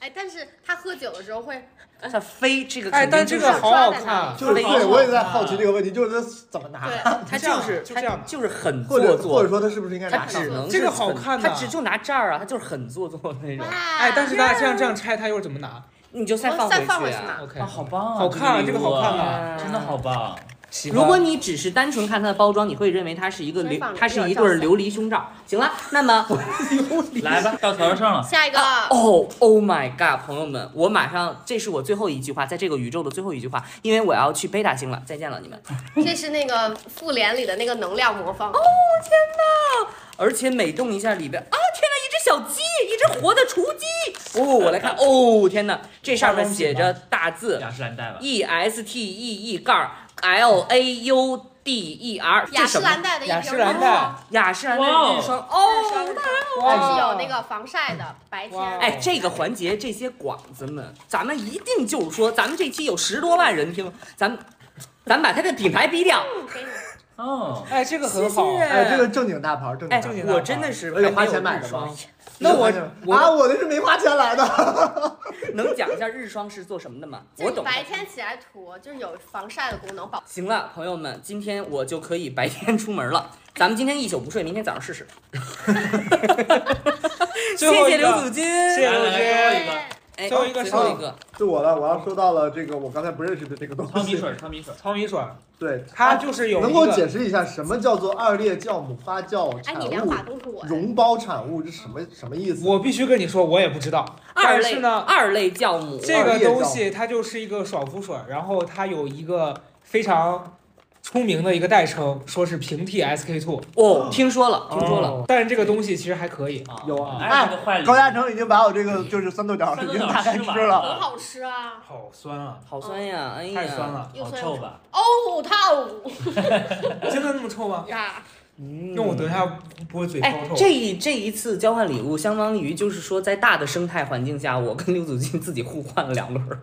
S4: 哎，但是他喝酒的时候会，
S2: 它飞这个
S1: 哎，
S2: 肯定
S1: 但
S2: 就
S1: 这
S2: 是
S1: 个好好
S4: 抓在哪
S1: 看
S4: 里，
S5: 就是
S2: 那一
S5: 对
S2: 种
S5: 我也在好奇这个问题，就是它怎么拿，
S4: 对，
S2: (laughs) 它
S1: 这样
S2: 就是
S1: 就
S2: 它
S1: 这样吧
S2: 就是很做
S5: 或者或者
S2: 作，
S5: 说它是不是应该
S2: 它
S5: 拿上
S2: 只？能
S1: 这个
S2: 是
S1: 好
S2: 很
S1: 看
S2: 它
S1: 呐
S2: 只就拿这儿啊，它就是很做作的那种
S4: 哇，，
S1: 哎，但是它这样这样拆，它又怎么拿
S2: 你就
S4: 我
S2: 放
S4: 哦再放
S2: 回
S4: 回
S2: 去
S4: 去
S2: 啊
S4: 拿。
S1: ？OK，
S3: 啊，好棒啊！
S1: 好看啊
S3: 这
S1: 这个好看
S2: 啊
S3: 啊，真的好棒！
S1: 喜欢
S2: 如果你只是单纯看它的包装，你会认为它是一个
S4: 先
S2: 琉
S4: 放，着
S2: 它是一对儿琉璃胸罩。行了，那
S4: (laughs)
S2: 么
S3: 来吧，到头上了，
S4: 下一个，
S2: 哦，Oh my god，朋友们，我马上，这是我最后一句话，在这个宇宙的最后一句话，因为我要去贝塔星了，再见了你们。
S4: 这是那个复联里的那个能量魔方，
S2: 而且每动一下里边，啊，天哪，一只小鸡，一只活的雏鸡。哦，我来看，哦，天哪，这上面写着大字
S3: 雅诗兰黛吧。
S2: E S T E E 盖 L A U D E R，
S4: 雅
S2: 这
S4: 诗
S2: 什么？
S4: 兰黛的一瓶
S1: 雅诗兰黛，
S2: 雅诗兰黛
S3: 哇哦
S2: 日霜，
S4: 哦，
S2: 哦。
S4: 它
S1: 哇
S4: 是有那个防晒的，白天。
S1: 哇
S2: 哎，这个环节，这些广子们，咱们一定就是说，咱们这期有十多万人听，咱们，咱们把它的品牌逼掉。
S4: 嗯给你
S3: 哦，
S1: 哎，这个很好，
S2: 谢谢
S5: 哎，这个正经大牌儿，正经
S2: 哎
S5: 大牌
S1: 经
S5: 儿，
S1: 大，
S2: 我真的是
S5: 而且花
S2: 还没有
S5: 钱买
S2: 日
S5: 的
S2: 霜
S5: 吗？
S1: 那我我
S5: 啊，我的是没花钱来的， (laughs)
S2: 能讲一下日霜是做什么的吗？
S4: 就
S2: 我
S4: 是
S2: 懂。
S4: 白天起来涂，就是有防晒的功能，保
S2: 行了，朋友们，今天我就可以白天出门了。咱们今天一宿不睡，明天早上试试。谢
S1: 最后一
S2: 谢
S1: 个
S2: 刘祖金，
S1: 谢谢
S3: 来
S1: 刘
S3: 来
S1: 军，
S3: 来最后一个
S2: 哎
S1: 最后一个
S2: 最
S1: 是
S2: 后一个，
S5: 是我了，我要说到了这个我刚才不认识的这个东
S3: 汤米
S5: 西，
S3: 水，汤米水，
S1: 糙米水，
S5: 对，
S1: 它就是有
S5: 能
S1: 一
S5: 够
S1: 个
S5: 解释一下什么叫做二裂酵母发酵
S4: 哎，
S5: 产
S4: 你两
S5: 物
S4: 把都是我的。
S5: 溶胞产物，这什么什么意思？
S1: 我必须跟你说，我也不知道。
S2: 二
S1: 但
S2: 类
S1: 是呢，
S2: 二类酵母，
S1: 这个东西它就是一个爽肤水，然后它有一个非常出名的一个代称，说是平替 SK two。
S2: 哦，听说了，听说了。
S1: 哦，但是这个东西其实还可以。
S3: 啊
S5: 有啊
S3: 哎，这个坏礼物
S5: 高嘉诚已经把我这个就是三豆角
S3: 三
S5: 已
S3: 豆
S5: 经
S3: 角
S5: 大概
S3: 吃完
S5: 吃了，
S4: 多好吃啊！
S1: 好酸啊！
S2: 好酸呀！哎呀，
S1: 太酸了，
S4: 又
S3: 好
S4: 酸
S3: 臭吧？
S4: 哦，它哦
S1: 真的那么臭吗？
S4: 呀，
S2: 嗯
S1: 那我等一下不会嘴
S2: 哎
S1: 超，臭。
S2: 这一这一次交换礼物，相当于就是说，在大的生态环境下，我跟刘祖金自己互换了两轮儿。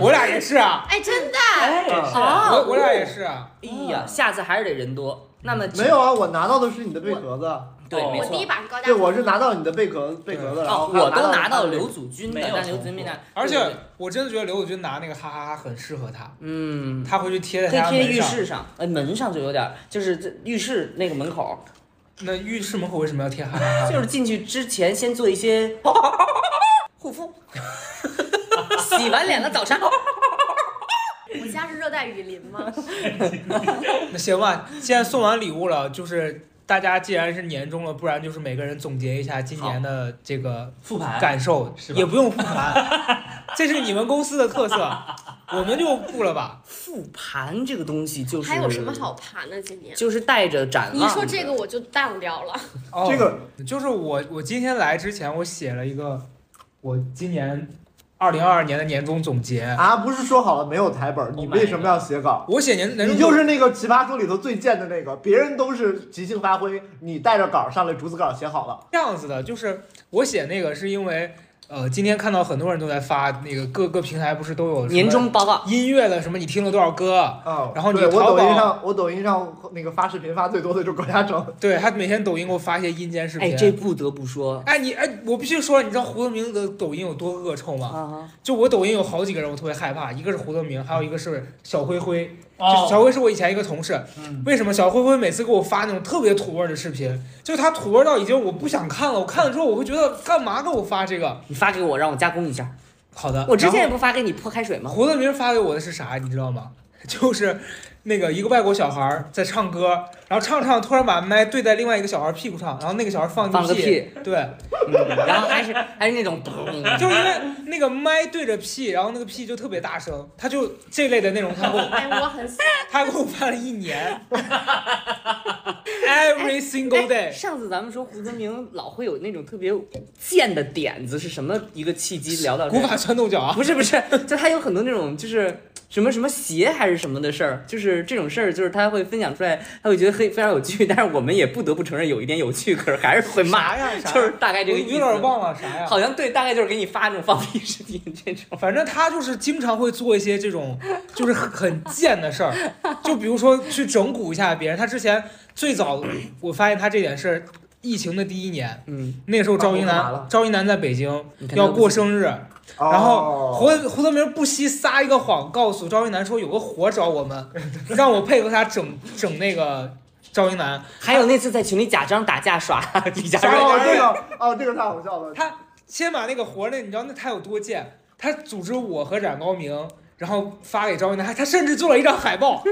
S1: 我俩也是啊，
S4: 哎，真的，
S3: (laughs) 哎，是
S2: 啊
S1: 我我俩也是嗯啊。
S2: 哎呀，下次还是得人多。那么
S5: 没有啊，我拿到的是你的贝壳子，
S2: 对，
S3: 哦
S2: 没
S4: 我
S2: 错
S4: 第一。把是高价，
S5: 对，我是拿到你的贝壳贝壳子，
S2: 哦
S5: 然后，还有
S2: 我都拿
S5: 拿
S2: 到
S5: 他的
S2: 刘祖军的
S3: 没，有
S2: 但刘
S3: 重
S2: 祖军没
S3: 复
S2: 拿。
S1: 而
S2: 对对
S1: 且
S2: 对
S1: 我真的觉得刘宇君拿那个哈哈哈很适合他，
S2: 嗯，
S1: 他回去贴在
S2: 可以
S1: 他
S2: 贴
S1: 门
S2: 浴
S1: 上。
S2: 室上，呃，门上就有点儿，就是这浴室那个门口，
S1: 那浴室门口为什么要贴哈哈哈？
S2: (laughs) 就是进去之前先做一些护肤，洗完脸了早
S4: (laughs)
S2: 上。
S4: 我家是热带雨林吗？
S1: 那行吧，现在送完礼物了，就是大家既然是年终了，不然就是每个人总结一下今年的这个
S3: 复盘
S1: 感受，
S3: 哎是吧
S1: 也不用复盘， (laughs) 这是你们公司的特色，我们就不了吧。
S2: 复盘这个东西就是
S4: 还有什么好？盘的？今年
S2: 就是带着展望。
S4: 你说这个我就当掉了。
S1: 哦
S5: 这个
S1: 就是我，我今天来之前我写了一个我今年二零二二年的年终总结，
S5: 啊，不是说好了没有台本儿，你
S3: Oh my
S5: 为什么要写稿？
S1: 我写年年
S5: 你
S1: 终
S5: 就是那个奇葩说里头最贱的那个，别人都是即兴发挥，你带着稿儿上来，逐字稿儿写好了。
S1: 这样子的，就是我写那个是因为呃，今天看到很多人都在发那个各个平台不是都有什么
S2: 年终报告，
S1: 音乐的什么你听了多少歌，
S5: 嗯，
S1: 然后你
S5: 对我
S1: 淘
S5: 抖音
S1: 宝
S5: 上，我抖音上那个发视频发最多的就是高嘉诚，
S1: 对他每天抖音给我发一些阴间视频。
S2: 哎，这不得不说
S1: 哎你哎，我必须说，你知道胡德明的抖音有多恶臭吗？
S2: 啊，
S1: 就我抖音有好几个人，我特别害怕，一个是胡德明，还有一个是小灰灰。就
S3: 哦，
S1: 小灰是我以前一个同事，
S3: 嗯
S1: 为什么小灰灰每次给我发那种特别土味儿的视频，就是他土味儿到已经我不想看了，我看了之后我会觉得干嘛给我发这个？
S2: 你发给我，让我加工一下。
S1: 好的，
S2: 我之前
S1: 啊然
S2: 也
S1: 后
S2: 不发给你泼开水吗？
S1: 胡德明发给我的是啥，你知道吗？ (laughs) 就是那个一个外国小孩儿在唱歌，然后唱着唱着突然把麦对在另外一个小孩儿屁股上，然后那个小孩儿放
S2: 放个
S1: 屁，
S2: 屁，
S1: 对，
S2: 嗯然后还是还是那种咚，
S1: (laughs) 就是因为那个麦对着屁，然后那个屁就特别大声，他就这类的内容他给我
S4: 哎，我很喜
S1: 他给我发了一年，every single day。
S2: 哎上次咱们说胡泽明老会有那种特别贱的点子，是什么一个契机聊到这
S1: 古
S2: 个？
S1: 法传动脚啊！
S2: (laughs) 不是不是，就他有很多那种就是什么什么鞋还是什么的事儿，就是这种事儿，就是他会分享出来，他会觉得非非常有趣，但是我们也不得不承认有一点有趣，可是还是会骂，
S1: 啥呀？啥呀
S2: 就是大概哎这
S1: 我
S2: 个
S1: 有
S2: 意
S1: 点
S2: 思。
S1: 忘了啥呀。
S2: 好像对，大概就是给你发那种放屁视频这
S1: (laughs)
S2: 种。
S1: 反正他就是经常会做一些这种， (laughs) 就是很很贱的事儿，就比如说去整蛊一下别人。他之前最早我发现他这点事儿，疫情的第一年，
S2: 嗯，
S1: 那个时候赵一
S5: 那我干嘛
S1: 楠
S5: 了
S1: 赵一楠在北
S5: (laughs)
S1: 京
S2: 你看
S1: 要
S2: 他
S1: 过生日， (laughs) 然后
S5: 哦
S1: 胡胡德明不惜撒一个谎，告诉赵一楠说有个活找我们，让我配合他整整那个赵一楠。
S2: 还有那次在群里假装打架
S1: (laughs)
S2: 耍 (laughs) 李佳
S1: 然
S2: 瑞，
S1: 后
S5: 哦，这个哦，这个太好笑了。
S1: 他先把那个活儿呢，你知道那他有多贱？他组织我和冉高明，然后发给赵一楠，还他甚至做了一张海报，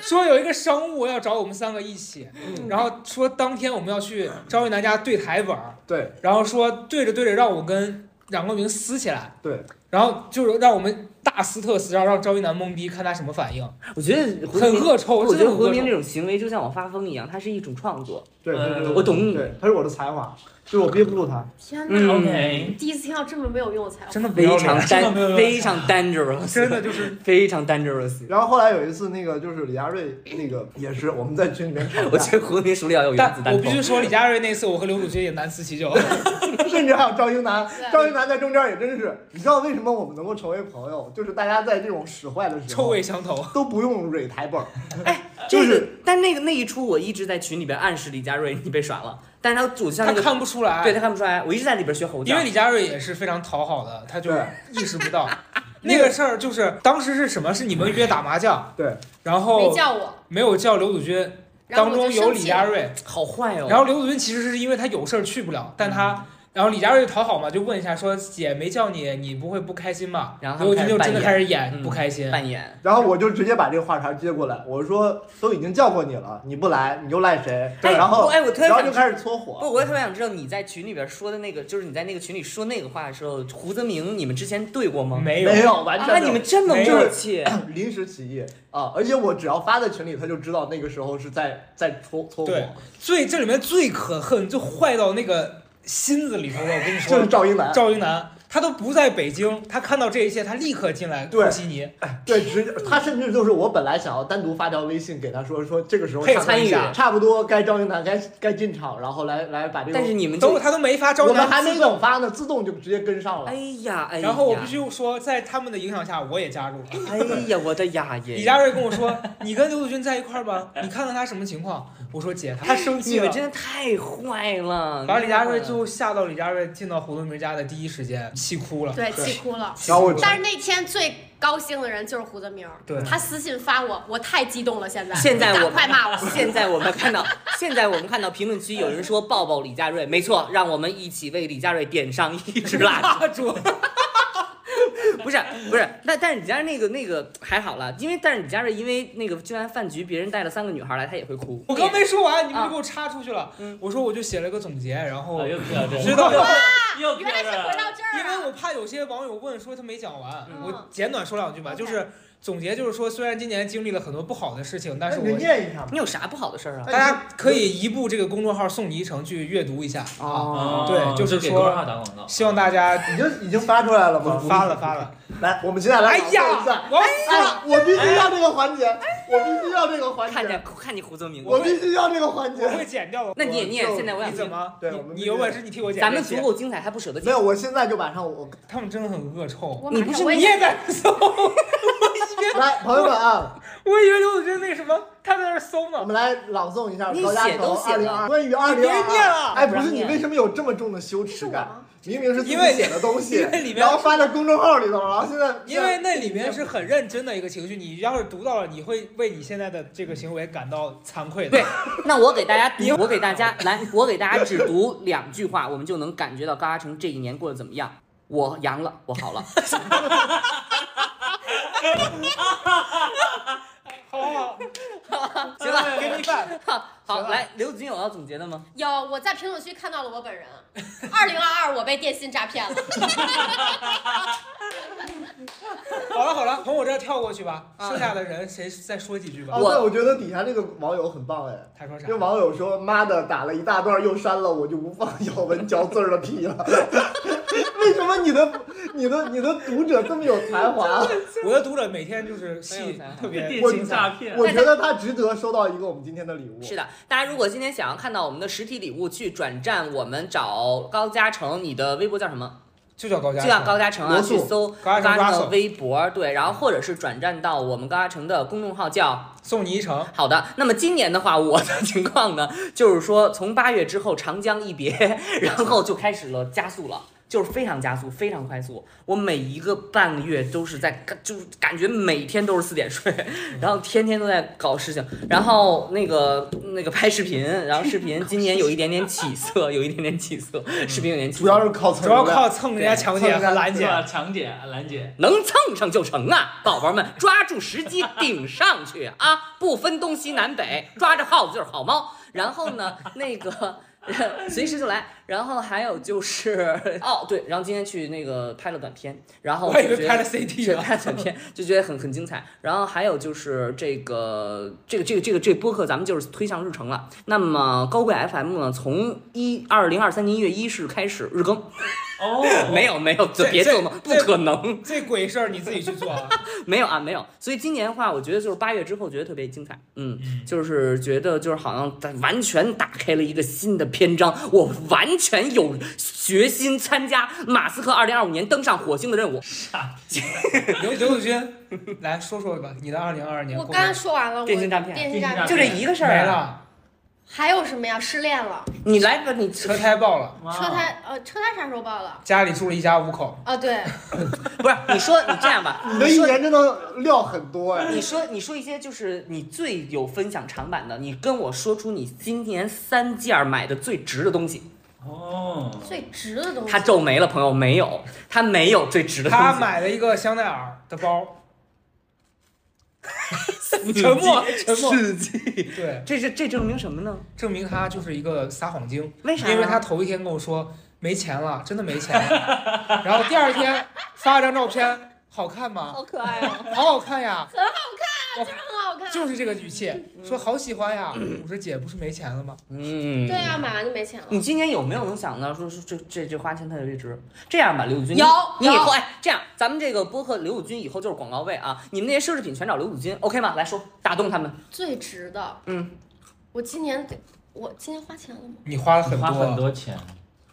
S1: 说有一个商务要找我们三个一起，
S2: 嗯
S1: 然后说当天我们要去赵一楠家对台本儿，
S5: 对
S1: 然后说对着对着让我跟冉高明撕起来，
S5: 对，
S1: 然后就是让我们大撕特撕，然后让赵一楠懵逼，看他什么反应，
S2: 我觉得胡
S1: 很
S2: 明，
S1: 恶臭，
S2: 我
S1: 真的
S2: 觉得
S1: 很
S2: 胡
S1: 恶
S2: 明
S1: 臭
S2: 这。种行为就像我发疯一样，它是一种创作。
S5: 对对对
S3: 呃
S5: 对，
S2: 我懂你
S5: 对，他是我的才华，就是我憋不住他。
S4: 天
S2: 嗯
S4: 哪！
S3: OK，
S4: 第一次听到这么没有用的哦才华，
S1: 真的不
S2: 非
S1: 要
S2: 常
S1: 脸，真的没有
S2: 单，
S1: 用
S2: 非常 dangerous，
S1: 真的就是
S2: 非常 dangerous。
S5: 然后后来有一次，那个就是李佳瑞，那个也是我们在群里面吵
S2: (laughs) 我
S5: 架，
S2: 觉得胡明手里要有原
S1: 但
S2: 子
S1: 我
S2: 弹
S1: 必
S2: 头。
S1: 须说，李佳瑞那次我和刘主君也难辞其咎。 (laughs)
S5: 甚至还有赵英男
S4: 对。
S5: 赵英男在中间也真是，你知道为什么我们能够成为朋友？就是大家在这种使坏的时候，
S1: 臭味相投。
S5: 都不用蕊台本儿，
S2: 这个，但那个那一出我一直在群里边暗示李佳瑞你被耍了，但是他主像
S1: 他
S2: 那个，
S1: 看不出来，
S2: 对他看不出来，我一直在里边学猴
S1: 因为
S2: 叫。
S1: 李佳瑞也是非常讨好的，他就
S5: 对
S1: 意识不
S5: (laughs)
S1: 到那个事儿。就是当时是什么？是你们约打麻将，
S5: (laughs) 对，
S1: 然
S4: 没
S1: 后
S4: 叫我，
S1: 没有叫刘祖军，
S4: 然
S1: 当
S4: 后我
S1: 中
S4: 就
S1: 有
S4: 生
S1: 李
S4: 气
S1: 佳
S4: 了。
S1: 瑞，
S2: 好坏哦。
S1: 然后刘祖军其实是因为他有事儿去不了，但
S2: 嗯
S1: 他。然后李佳瑞讨好嘛，就问一下说姐没叫你，你不会不开心吧？
S2: 然后他
S1: 刘
S2: 们
S1: 祖军就真的开始
S2: 演
S1: 演
S2: 嗯
S1: 不开心，
S2: 扮演，
S5: 然后我就直接把这个话茬接过来，我说都已经叫过你了，你不来你又赖谁？
S2: 哎
S5: 然
S2: 我
S5: 后
S2: 哎我特别
S5: 然后
S2: 想
S5: 就
S2: 知道
S5: 开始搓火，
S2: 不，我也特别想知道你在群里边说的那个，就是你在那个群里说那个话的时候，胡泽明你们之前对过吗？
S1: 没
S5: 没
S1: 有，
S5: 有完全没
S2: 啊，
S5: 有
S2: 你们这么
S1: 没
S5: 有
S2: 默契，
S5: 临时起意啊！而且我只要发在群里，他就知道那个时候是在在搓搓火
S1: 对，最这里面最可恨，就坏到那个心子里头了。我跟你说，
S5: 就是赵一楠，
S1: 赵云南，他都不在北京，他看到这一切，他立刻进来
S5: 对
S1: 和稀泥，
S5: 对，直接他甚至就是我本来想要单独发条微信给他说说这个时候
S1: 可以
S5: 差不多
S1: 参与
S5: 差不多该赵一楠该该进场，然后来来把这个
S2: 但是你们
S1: 等
S2: 就
S1: 我，他都没发赵
S5: 我
S1: 云
S5: 们
S1: 南，
S5: 还没等发呢，自动就直接跟上了
S2: 哎。呀哎呀，
S1: 然后我必须说，在他们的影响下，我也加入了。
S2: 哎呀我的呀耶！
S1: 李佳瑞跟我说：“ (laughs) 你跟刘子君在一块儿吗？你看看他什么情况。”我说：“姐，他生
S2: 你
S1: 气
S2: 们
S1: 了。
S2: 真的太坏了”！
S1: 把李佳瑞最
S2: 就
S1: 后吓到，李佳瑞进到胡东明家的第一时间气哭了。
S4: 对，气哭了。
S5: 然后我
S4: 但是那天最高兴的人就是胡泽明儿，
S1: 对
S4: 他私信发我，我太激动了，现在
S2: 现在
S4: 你
S2: 我
S4: 打快
S2: (laughs)
S4: 骂我，
S2: 啊现在我们看到，现在我们看到评论区有人说抱抱李佳瑞，没错，让我们一起为李佳瑞点上一支蜡烛。 (laughs)
S1: 蜡烛，
S2: 不是不是，但但是李佳瑞那个那个还好了，因为但是李佳瑞因为那个居然饭局别人带了三个女孩来，他也会哭。
S1: 我刚没说完，你们
S2: 啊
S1: 就给我插出去了
S2: 嗯。
S1: 我说我就写了个总结，然后
S2: 哎
S3: 啊又飘着，
S1: 知道
S2: (laughs)
S1: 了
S3: 又
S4: 原
S3: 飘
S4: 来是
S3: 着
S4: 回，到这
S1: 因
S4: 儿啊
S1: 为
S4: 了。
S1: 我怕有些网友问说他没讲完，
S4: 嗯
S1: 我简短说两句吧。
S4: OK
S1: 就是总结，就是说虽然今年经历了很多不好的事情，但是
S2: 哎
S5: 那你
S1: 我
S5: 就念一下嘛。
S2: 你有啥不好的事儿啊？
S1: 大家可以移步这个公众号“送你一程”去阅读一下啊。
S2: 哦，
S1: 对就是是
S3: 给
S1: 说
S3: 公众号打广告，
S1: 希望大家
S5: 已经已经发出来了吗？
S1: 发了发了。
S5: 来，我们现在来
S1: 哎
S5: 朗诵一
S1: 呀
S5: 下。，
S1: 我
S5: 哎，我必须要这个环节，我必须要这个环
S2: 看
S5: 节
S2: 见，看见胡泽明，
S5: 我必须要这个环
S1: 我会
S5: 节。
S1: 剪掉的。
S2: 那你也念，
S5: 就
S2: 现在我想
S1: 你怎
S2: 听。
S1: 么？
S5: 对
S1: 你
S5: 我们
S1: 你有本事你替我剪。
S2: 咱们
S1: 别
S2: 足
S1: 剪
S2: 够精彩，还不舍得
S5: 没
S2: 剪。
S5: 有，我现在就马上我
S1: 他们真的很恶臭。
S4: 我
S2: 你
S4: 马
S2: 不
S4: 上
S2: 是
S4: 我
S1: 你也在搜，
S5: 来，朋友们啊，
S1: 我以为刘子君那什么，他在那儿搜
S5: 我
S1: 呢。
S5: 们来朗诵一下
S2: 你
S5: 高嘉
S2: 写都
S5: 诚
S2: 写
S5: 二零
S2: 了
S5: 二关于二零
S1: 别念
S5: 二。
S1: 了
S5: 哎，不是你
S2: 念
S5: 为什么有这么重的羞
S4: 是
S5: 耻
S4: 我
S5: 感？
S4: 吗？
S5: 明明是自己
S1: 因为
S5: 写的东西，
S1: 因为里面
S5: 然后发在公众号里头，然后现在
S1: 因为那里面是很认真的一个情绪，你要是读到了，你会为你现在的这个行为感到惭愧的。
S2: 对那我给大家读，我给大家来，我给大家只读两句话，我们就能感觉到高嘉诚这一年过得怎么样。我阳了，我好了。
S1: 好好好，
S2: 行了，
S1: 给你饭。
S2: 好，好
S1: 行了
S2: 来，刘子君有要总结的吗？
S4: 有，我在评论区看到了我本人。二零二二，我被电信诈骗了。
S1: 好了好了，从我这儿跳过去吧，剩下的人谁再说几句
S5: 啊，
S1: 吧。
S5: 对，
S2: 我
S5: 我觉得底下那个网友很棒哎，
S1: 他说啥
S5: 这？网友说：“妈的，打了一大段又删了，我就不放咬文嚼字儿的屁了。 (laughs) 为什么你的、你的、你的读者这么有才华？
S1: 我的读者每天就是戏特别
S3: 电
S5: 我
S3: 信诈骗，
S5: 我觉得他值得收到一个我们今天的礼物。
S2: 是的，大家如果今天想要看到我们的实体礼物，去转战我们找高嘉诚，你的微博叫什么？
S1: 就叫高
S2: 就
S1: 嘉
S2: 像
S1: 诚，
S2: 高嘉诚啊，
S5: 罗
S2: 去
S5: 素
S2: 搜
S1: 高
S2: 嘉
S1: 嘉
S2: 诚
S1: 诚
S2: 的微博，对，然后或者是转战到我们高嘉诚的公众号叫
S1: 送你一程，
S2: 好的。那么今年的话，我的情况呢，就是说从八月之后长江一别， (laughs) 然后就开始了加速了。就是非常加速，非常快速。我每一个半个月都是在，就是感觉每天都是四点睡， (laughs) 然后天天都在搞事情，然后那个那个拍视频，然后视频今年有一点点起色，有一点点起色，视频有点起色。
S5: 主要是靠蹭
S1: 主要
S5: 流量
S1: 靠蹭人家强姐
S2: (laughs)
S1: 和兰
S3: 是
S1: 姐。
S3: 吧？强姐、兰姐，
S2: 能蹭上就成啊！宝宝们，抓住时机顶上去啊！不分东西南北，抓着耗子就是好猫。然后呢， (laughs) 那个。随时就来，然后还有
S1: (laughs)
S2: 就是哦，对，然后今天去那个拍了短片，然后
S1: (laughs) 我以
S2: 就觉
S1: 为
S2: 得
S1: 拍
S2: (laughs)
S1: 了
S2: 是
S1: CT 了，
S2: 拍
S1: (laughs)
S2: 短片就觉得很很精彩。然后还有就是这个这个这个这个这个播客，咱们就是推向日程了。那么高贵 FM 呢，从一二零二三年一月一日开始日更，
S3: 哦，
S2: 没有没有，就
S1: 这
S2: 别
S1: 这
S2: 做梦，不
S1: 这
S2: 可能。
S1: 这鬼事儿你自己去做 (laughs) 啊。
S2: (laughs) 没有啊，没有。所以今年的话，我觉得就是八月之后，觉得特别精彩。嗯，
S3: 嗯
S2: 就是觉得就是好像完全打开了一个新的篇章，我完全有决心参加马斯克二零二五年登上火星的任务。
S3: 傻逼，
S1: 刘刘子君，来说说吧，你的二零二二年
S4: 我
S1: 过
S4: 刚刚
S1: 程
S4: 说完了，我
S2: 电信诈骗
S4: 电信诈
S3: 电信诈骗
S4: 骗
S2: 就这一个事儿
S1: 没
S2: 啊！
S1: 了，
S4: 还有什么呀？失恋了，
S2: 你来吧，你
S1: 车胎爆了，
S3: 哇
S4: 车胎呃车胎啥时候爆了？
S1: 家里住了一家五 (laughs) 口，
S4: 啊，对，
S2: 不是你说你这样吧，
S5: 你的
S2: 你
S5: 一
S2: 说
S5: 年真的料很多哎。
S2: 你说你说一些就是你最有分享长板的，你跟我说出你今年三件儿买的最值的东西。
S3: 哦，
S4: 最值的东西。
S2: 他皱眉了，朋友没有，他没有最值的东西。
S1: 他买了一个香奈儿的包，
S2: 沉默，
S1: 沉默 (laughs)
S2: 世纪。
S1: 对，
S2: 这是这证明什么呢？
S1: 证明他就是一个撒谎精。
S2: 为啥呀？
S1: 因为他头一天跟我说没钱了，真的没钱 (laughs) 了。然后第二天发了张照片，好看吗？
S4: 好可爱哦，
S1: 好好看呀，
S4: (laughs) 很好看。
S1: 就是这个语气，说好喜欢呀。我说姐不是没钱了吗？
S2: 嗯，
S4: 对啊，买完就没钱了。
S2: 你今年有没有能想到说说这这这花钱特别值？这样吧，刘宇君，
S4: 有
S2: 你你以
S4: 有
S2: 后哎，这样咱们这个播客刘宇君以后就是广告位啊，你们那些奢侈品全找刘宇君，OK 吗？来说打动他们，
S4: 最值的，
S2: 嗯，
S4: 我今年我今年花钱了吗？
S1: 你花了很
S3: 花很
S1: 多，
S3: 多钱，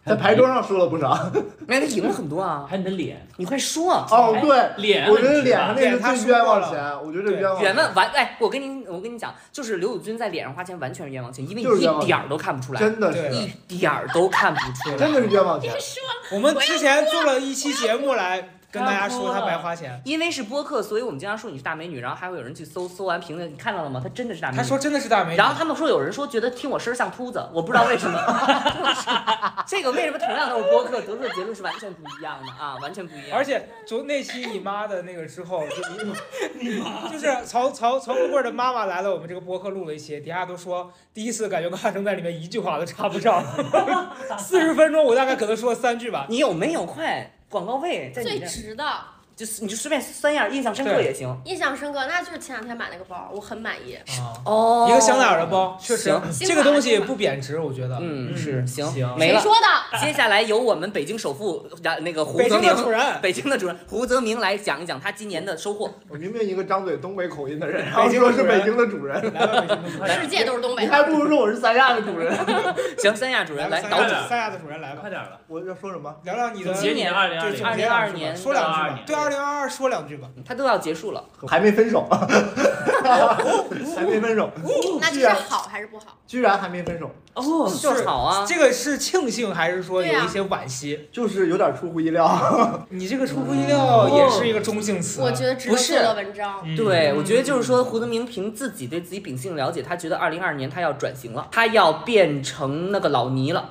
S5: 在牌桌上输了不少。
S2: 那他赢了很多啊，
S3: 还有你的脸，
S2: 你快说。啊哎
S5: 哦，对，
S3: 脸
S5: 我
S3: 很
S5: 觉得
S3: 值
S5: 脸
S3: 吧
S5: 上那
S1: 脸他
S5: 个
S1: 输
S5: 最冤
S1: 过
S5: 枉
S1: 了
S5: 钱，我觉得
S1: 对
S5: 冤枉
S2: 远
S5: 钱。
S2: 问完，哎，我跟您，我跟你讲，就是刘宇君在脸上花钱完全是冤枉钱，因为
S5: 就是冤
S2: 一
S5: 枉钱
S2: 点儿都看不出来，
S5: 真的是
S1: 对
S2: 一点儿都看不出来
S5: 真。的是冤枉钱。
S1: 我们之前做了一期节目来跟大家说他白花钱，
S2: 因为是播客，所以我们经常说你是大美女，然后还会有人去搜，搜完评论，你看到了吗？她真的是大美女。
S1: 他说真的是大美女
S2: 嗯然。后他们说有人说觉得听我声儿像秃子，我不知道为什么。
S1: (laughs)
S2: 这个为什么同样都是播客，得出的结论是完全不一样的啊，完全不一样。
S1: 而且就那期你妈的那个之后，
S2: (laughs)
S1: 就就是曹曹曹富贵的妈妈来了，我们这个播客录了一期，底下都说第一次感觉高大成在里面一句话都插不
S2: (laughs)
S1: 上，四十分钟我大概可能说了三句吧。
S2: 你有没有快广告位在你
S4: 最
S2: 这儿？
S4: 值的，
S2: 就是你就随便三样，印象深刻
S1: 对
S2: 也行。
S4: 印象深刻，那就是前两天买那个包，我很满意。
S1: 啊，
S2: 哦
S1: 一个香奈儿的。包，确实
S2: 行
S1: 这个东西不贬值，我觉得。
S2: 嗯，是行
S3: 行
S2: 没了
S4: 谁。说的？
S2: 接下来由我们北京首富然那个胡
S1: 北
S2: 泽
S1: 京
S2: 明
S1: 的，主人，
S2: (laughs) 北京的主人胡泽明来讲一讲他今年的收获。
S5: 我明明一个张嘴东北口音的人，然
S1: 北
S5: 后
S1: 京
S5: 说
S1: 的
S5: 是
S1: 主
S5: 北
S1: 人
S5: 京的主人，
S1: 来吧，北京的主人，
S4: 世界都是东北
S5: 你
S4: 的。
S5: 还不如说我是三亚的主人。
S2: (laughs) 行，三亚主人来
S1: 三
S2: 倒
S1: 亚
S2: 主。
S1: 的三亚的主人来吧
S3: 快，点了，
S5: 我要说什么？
S1: 聊聊你
S2: 嗯
S1: 的
S3: 总结年二零二
S1: 对
S3: 零
S1: 总结两句吧
S2: 2022年
S1: 说两句吧，对
S3: 到
S1: 二零二二说两句吧。
S2: 他都要结束了，
S5: 还没分手，还没分手，
S4: 那这
S5: 居
S4: 是
S5: 然
S4: 好还是不
S2: 嗯
S4: 好？
S5: 居然还没分手，
S2: 哦就是好啊。
S1: 这个是庆幸还是说
S4: 对啊
S1: 有一些惋惜？
S5: 就是有点出乎意料。 (laughs)
S1: 你这个出乎意料也是一个中性词，啊
S4: 我觉得值
S2: 不
S4: 得
S2: 是
S4: 做做文章。
S1: 嗯
S2: 对，我觉得就是说，胡德明凭自己对自己秉性了解，他觉得二零二年他要转型了，他要变成那个老倪了。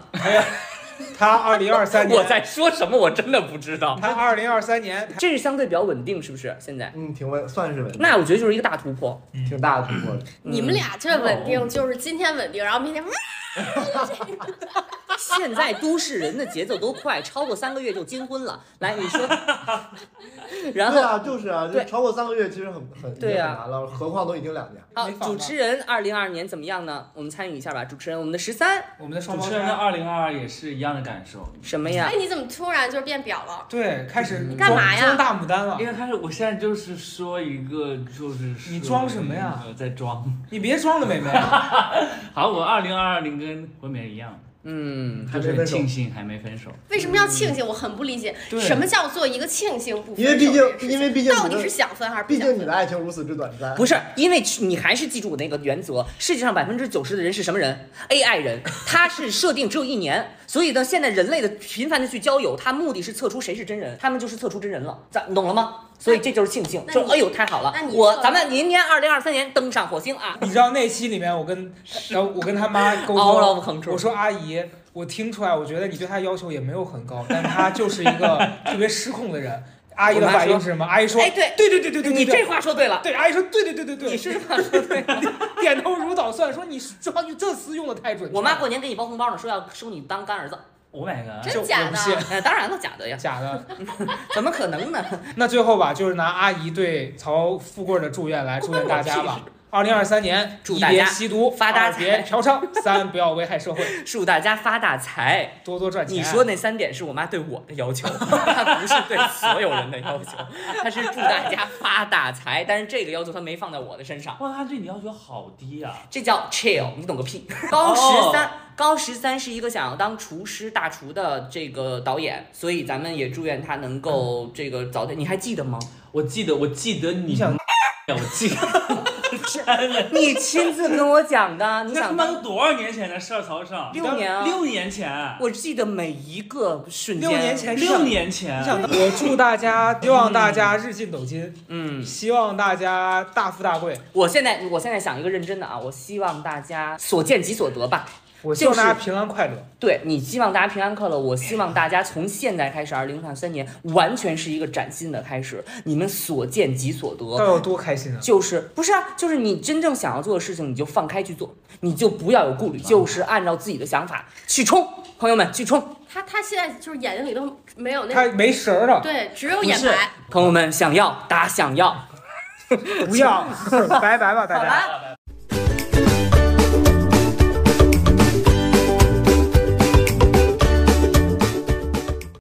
S1: 他二零二三年，
S2: 说什么，我真的不知道。
S1: 他二零二三年，
S2: 这是相对比较稳定，是不是？现在，
S5: 嗯，挺稳，算是稳，
S2: 那嗯我觉得就是一个大突破。
S5: 挺大的突破。
S4: 你们俩这稳
S5: 哦
S4: 定就是今天稳定，然后明天哇
S2: 现在都市人的节奏都快，超过三个月就金婚了。来，你
S1: (laughs)
S2: 说，然
S5: 对
S2: 后。
S5: 啊，就是啊，就
S2: 对
S5: 超过三个月其实很很
S2: 对啊
S5: 已经很难了，何况都已经两年。
S2: 好，
S1: 没法
S2: 主
S1: 吧
S2: 持人，二零二二年怎么样呢？我们参与一下吧。主持人，我们的十三
S1: 我们的双
S3: 主
S1: 胞
S3: 持人的
S1: 胎，
S3: 二零二二也是一样的感受，
S2: 什么呀
S4: 哎，？你怎么突然就变表了？
S1: 对，开始
S3: 嗯
S1: 你
S4: 干嘛呀
S1: 装大牡丹了
S3: 因，为他是我现在就是说一个就是说
S1: 你装什么呀？
S3: 我在装。
S4: (laughs)
S1: 你别装了，妹妹。
S3: 好，我二零二二零跟回明一样，
S2: 嗯，
S5: 还
S3: 就
S5: 没
S3: 是
S5: 分手
S3: 很庆幸还没分手。
S4: 为什么要庆幸？我很不理解，
S3: 对
S4: 什么叫做一个庆幸不分
S5: 嗯因为
S4: 手
S5: 毕
S4: 这件事
S5: 竟，
S4: 情
S5: 因为毕竟你的，
S4: 到底是想分还是不
S5: 毕
S4: 想
S5: 竟你
S4: 分
S5: 的？爱情如此之短暂。
S2: 不是，因为你还是记住我那个原则，世界上百分之九十的人是什么人？AI 人，他是设定只有一年，所以呢，现在人类的频繁的去交友，他目的是测出谁是真人，他们就是测出真人了，咱你懂了吗？所以这就是庆幸，
S4: 那
S2: 说
S4: 你
S2: 哎呦太好了
S4: 那，你
S2: 我
S4: 测了
S2: 咱们明年二零二三年登上火星啊！
S1: 你知道那期里面我跟，然后我跟他妈
S4: (laughs)
S1: 沟
S4: 哦
S2: All of
S1: 通，
S2: control
S1: 我说阿姨，我听出来，我觉得你对他要求也没有很高，但他就是一
S4: (laughs)
S1: 个特别失控的人。阿姨的反应是什么？阿姨说，
S2: 哎对
S1: 对对对对对，
S2: 你
S1: 对
S2: 这话说对了，
S1: (laughs) 对，阿姨说对对对对对，
S2: 你是
S1: (laughs) 点头如捣蒜，说你这这词用的太准确了。
S2: 我妈过年给你包红包呢，说要收你当干儿子， (laughs)
S3: Oh my god！
S1: 这
S4: 真假
S1: 我不信
S4: 的？
S2: 哎，当然了，假的
S1: (laughs)
S2: 呀，
S1: 假的。
S2: 怎么可能呢？ (laughs)
S1: 那最后吧，就是拿阿姨对曹富贵的祝愿来祝愿大家吧。二零二三年，
S2: (laughs) 祝
S1: 一
S2: 大
S1: 别
S2: 家
S1: 吸毒，
S2: 发大
S1: 二别
S2: 财
S1: 嫖娼，三不要危害社会，
S2: 祝大家发大财。
S1: 多多赚钱。
S2: 啊你说那三点是我妈对我的要求， (laughs) 她不是对所有人的要求，她是祝大家发大财，但是这个要求她没放在我的身上，
S3: 哇，他对你要求好低啊！
S2: 这叫 chill，你懂个屁。高十
S3: 哦
S2: 三，高十三是一个想要当厨师大厨的这个导演，所以咱们也祝愿他能够这个早点。你还记得吗？
S3: 我记得，我记得你，
S1: 你想
S3: 我记得，真的，
S2: 你亲自跟我讲的，你
S3: 那他
S2: 想
S3: 妈都多少年前的事儿，曹胜？
S2: 六年啊
S3: 六年前，
S2: 我记得每一个瞬间。
S1: 六年，前，
S3: 六年前
S1: 你，想当，我祝大家，希望大家日进斗金，
S2: 嗯，
S1: 希望大家大富大贵。
S2: 我现在我现在想一个认真的啊，我希望大家所见即所得吧。
S1: 我希望
S2: 就是
S1: 大家平安快乐。
S2: 对你希望大家平安快乐，我希望大家从现在开始，二零二三年完全是一个崭新的开始，你们所见即所
S1: 到底
S2: 得。
S1: 有多开心啊！
S2: 就是不是啊？就是你真正想要做的事情，你就放开去做，你就不要有顾
S3: 嗯
S2: 虑，就是按照自己的想法去冲，朋友们去冲！
S4: 他他现在就是眼睛里都没有那
S1: 他没神儿了，
S4: 对，只有
S3: 不
S4: 眼
S3: 是
S4: 白。
S2: 朋友们想要打想要，
S1: (laughs) 不要，拜拜吧，大
S2: 好
S1: 家。
S2: 吧，